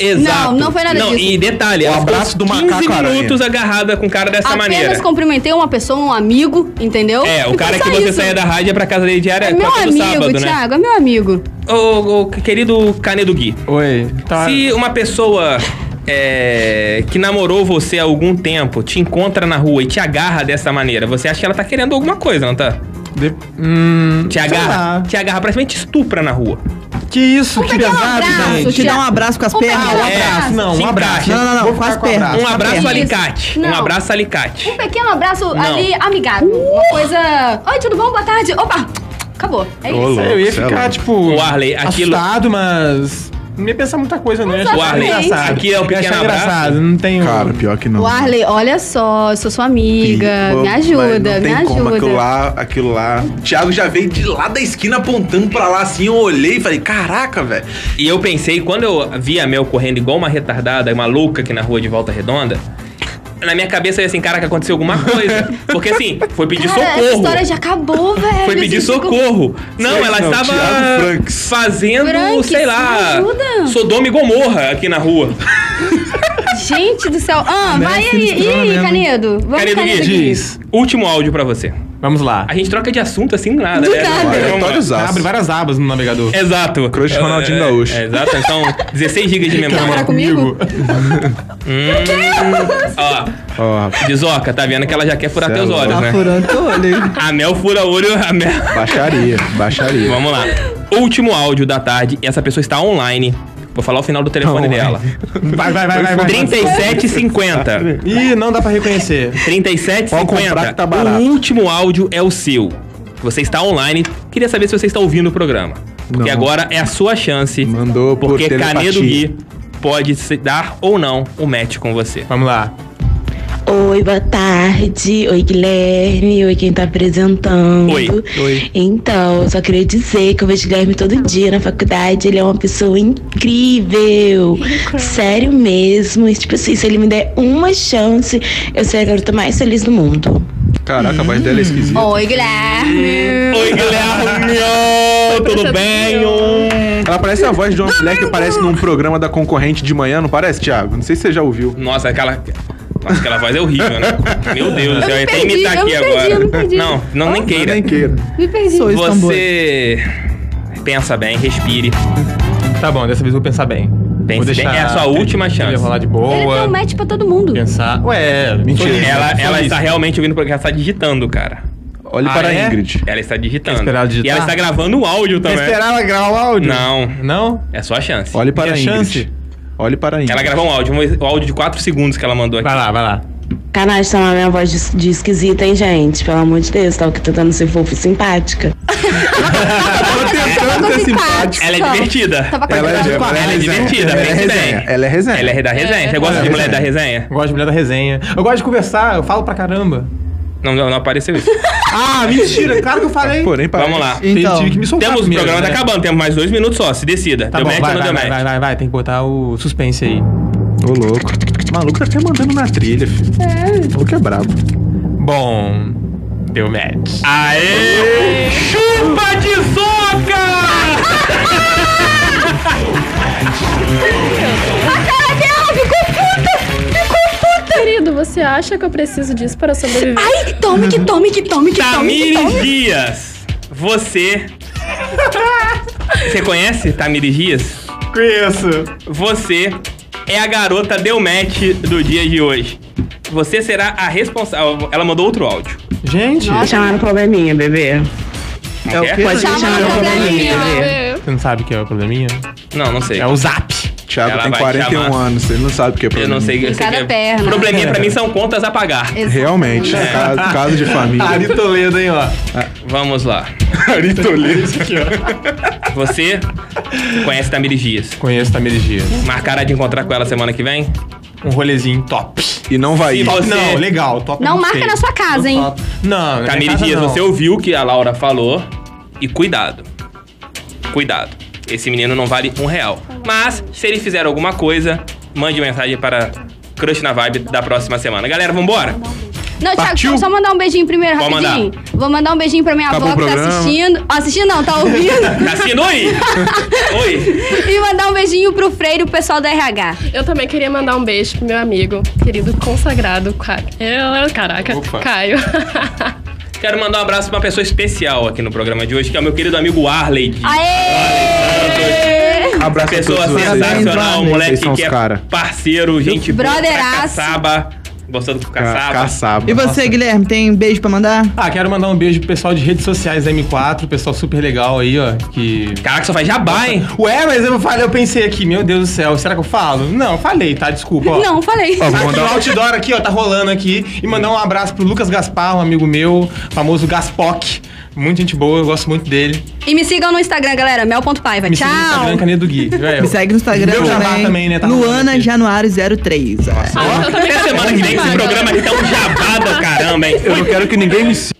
Não, Exato. não foi nada disso. E detalhe, O ela ficou abraço do 15 macaco aranha. minutos agarrada com o cara dessa Apenas maneira. cumprimentei uma pessoa, um amigo, entendeu? É, o E cara foi que só você isso. saia da rádio é pra casa dele diária, É pra meu todo amigo, sábado, né? Thiago, é meu amigo. Ô, ô, querido Canedo Gui. Oi. Tá. Se uma pessoa é, que namorou você há algum tempo te encontra na rua e te agarra dessa maneira, você acha que ela tá querendo alguma coisa, não tá? te agarra. Te agarra, praticamente estupra na rua. hum, Que isso, que pesado, gente. Te dá um abraço com as pernas. Ah, um abraço, não, um abraço. Não, não, não, Vou com as ficar com pernas. Um abraço Isso. alicate. Um Não. abraço alicate. Um pequeno abraço Não. ali, amigável. Uma coisa. Oi, tudo bom? Boa tarde. Opa! Acabou. É isso. eu ia ficar, tipo, O Arley, aquilo- assustado, mas. Não ia pensar muita coisa, não. Eu ia achar O Arley, engraçado. aqui é um Eu ia achar pequeno abraço. engraçado, não tem. Cara, pior que O Arley, olha só, eu sou sua amiga. Pô, me mas ajuda, não tem me Como, ajuda. aquilo lá, aquilo lá. O Thiago já veio de lá da esquina apontando pra lá assim, eu olhei e falei, caraca, velho. E eu pensei, quando eu vi a Mel correndo igual uma retardada, uma louca aqui na rua de Volta Redonda, na minha cabeça eu ia assim, caraca, aconteceu alguma coisa. Porque assim, foi pedir Cara, essa socorro. história já acabou, velho. Foi pedir Esse ficou- socorro. Não, Sei ela não, estava Thiago fazendo, Franks, sei lá, me ajuda. Sodoma e Gomorra aqui na rua. Gente do céu. Ah, Né? vai aí. Sinistrona Ih, mesmo. Canedo. Vamos, Canedo Canedo. Gui, Gui. diz. Último áudio pra você. Vamos lá. A gente troca de assunto assim, nada, Do né? nada. Vai, Vamos lá. Abre várias abas no navegador. Exato. Crush Ronaldinho É, Gaúcho. é, exato, então 16 GB de memória. morar comigo? Hum. Ó, Ó, Dizoca, tá vendo que ela já quer furar Cê é teus louco. olhos, Tá né? furando teu olho. A Mel fura olho, a Mel... baixaria, baixaria. Vamos lá. Último áudio da tarde, essa pessoa está online. Vou falar o final do telefone Online. dela. Vai, vai, vai, vai. vai. 3750. Ih, não dá pra reconhecer. 3750. tá o último áudio é o seu. Você está online. Queria saber se você está ouvindo o programa. Porque Não. agora é a sua chance. Mandou por Porque Canedo telepatia. Gui pode se dar ou não um match com você. Vamos lá. Oi, boa tarde. Oi, Guilherme. Oi, quem tá apresentando. Oi. Oi. Então, só queria dizer que eu vejo o Guilherme todo dia na faculdade. Ele é uma pessoa incrível. Sério mesmo. E, tipo assim, se ele me der uma chance, eu serei a garota mais feliz do mundo. Caraca, a voz dela é esquisita. Oi, Guilherme. Oi, Guilherme. Tudo bem? Ela parece a voz de uma mulher que aparece num programa da concorrente de manhã, não parece, Thiago? Não sei se você já ouviu. Nossa, aquela. Nossa, aquela voz é horrível, né? Meu Deus do céu, eu ia até perdi, imitar eu aqui me perdi, agora. eu me perdi. Não, não, nem queira. Nem queira. Me perdi. Você pensa bem, respire. Tá bom, dessa vez eu vou pensar bem. Pense bem. É a sua última chance. Rolar de Ele deu um boa. match pra todo mundo. Pensar. Ué, mentira. Ela, Só ela isso. está realmente ouvindo o programa, ela está digitando, cara. Olhe Ah, para a é? Ingrid. Ela está digitando. esperar digitar? E ela está gravando o áudio também. Esperava gravar o áudio? Não. Não? É só a chance. Olhe para a Ingrid. Olhe para a Ingrid. Ela gravou um áudio, um áudio de 4 segundos que ela mandou aqui. Vai lá, vai lá. Canais tá na minha voz de, de esquisita, hein, gente? Pelo amor de Deus, tava aqui tentando ser fofa e simpática. tentando ser simpática. Ela é divertida. Tava com Ela é, cara de ela é divertida, Ela é pense resenha. bem. Ela é resenha. Ela é da resenha. Você gosta de mulher da resenha? Eu gosto de mulher da resenha. Eu gosto de conversar, eu falo pra caramba. Não, não, não apareceu isso. Ah, mentira, claro que eu falei. Porém, Vamos lá. tive que me soltar temos, o primeiro, programa né? tá acabando, temos mais dois minutos só. Se decida. Tá deu bom, match vai, ou não vai, deu vai, match? vai, vai, vai, tem que botar o suspense aí. Ô, louco. O maluco tá até mandando na trilha, filho. É. O maluco é brabo. Bom, deu match. Aê! Chupa de A cara dela ficou puta! Ficou puta! Querido, você acha que eu preciso disso para sobreviver? Ai, tome, que tome, que tome, que Então, Tá tome, que Tamires tome. Dias, você. Você conhece Tamires Dias? Conheço. Você é a garota deu match do dia de hoje. Você será a responsável. Ela mandou outro áudio. Gente. Chamaram Chamaram probleminha, bebê. É Não quer? Pode ser chamado probleminha, bebê. Você não sabe o que é o probleminha? Não, não sei. É o zap. Thiago Ela tem vai 41 né? chamar. anos, ele não sabe o que é Eu não sei. eu sei Cada que é- perna. Probleminha pra mim são contas a pagar. Realmente, É. ca- caso, de família. Ari Toledo, hein, ó. Vamos lá. Ari Toledo. Você conhece Tamires Dias? Conheço Tamires Dias. Marcará de encontrar com ela semana que vem? Um rolezinho top. E não vai ir. Não, legal, top. Não marca na sua casa, hein? Não, na minha Camille casa Dias, não. você ouviu o que a Laura falou e cuidado. Cuidado. Esse menino não vale um real. Mas, se ele fizer alguma coisa, mande mensagem para Crush na Vibe da próxima semana. Galera, vambora? Não, Thiago, Partiu? só- só mandar um beijinho primeiro, Pode rapidinho. Vou mandar um beijinho pra minha Acabou avó o que tá programa. assistindo. Ó, Assistindo não, tá ouvindo. Cassino, oi! oi! e mandar um beijinho pro Freire, o pessoal da RH. Eu também queria mandar um beijo pro meu amigo, querido consagrado, Ca- Eu- caraca, Opa. Caio. Quero mandar um abraço para uma pessoa especial aqui no programa de hoje, que é o meu querido amigo Arley. de- Aê! Abraço a pessoa todos vocês. sensacional, Vocês moleque são os que é cara. parceiro, gente boa. pra Brotheraço. Caçaba. Gostou do caçaba? Caçaba. E você, Guilherme, tem um beijo pra mandar? Ah, quero mandar um beijo pro pessoal de redes sociais da M4, pessoal super legal aí, ó. Que. Caraca, só faz jabá, hein? Ué, mas eu falei, eu pensei aqui, meu Deus do céu, será que eu falo? Não, falei, tá? Desculpa, ó. Não, falei. Ó, vou mandar um outdoor aqui, ó, tá rolando aqui. E mandar um abraço pro Lucas Gaspar, um amigo meu, famoso Gaspoc. Muito gente boa, eu gosto muito dele. E me sigam no Instagram, galera, mel.paiva. Me Tchau. segue no Instagram, Canê do Gui. Me segue no Instagram Meu jabá também. também, né? Tá Luana Januário 03. ó. Ah, Até semana que vem que esse programa ele tá um jabá do caramba, hein? Eu não quero que ninguém me siga.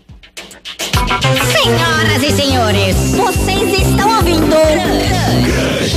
é Senhoras e senhores, vocês estão ouvindo.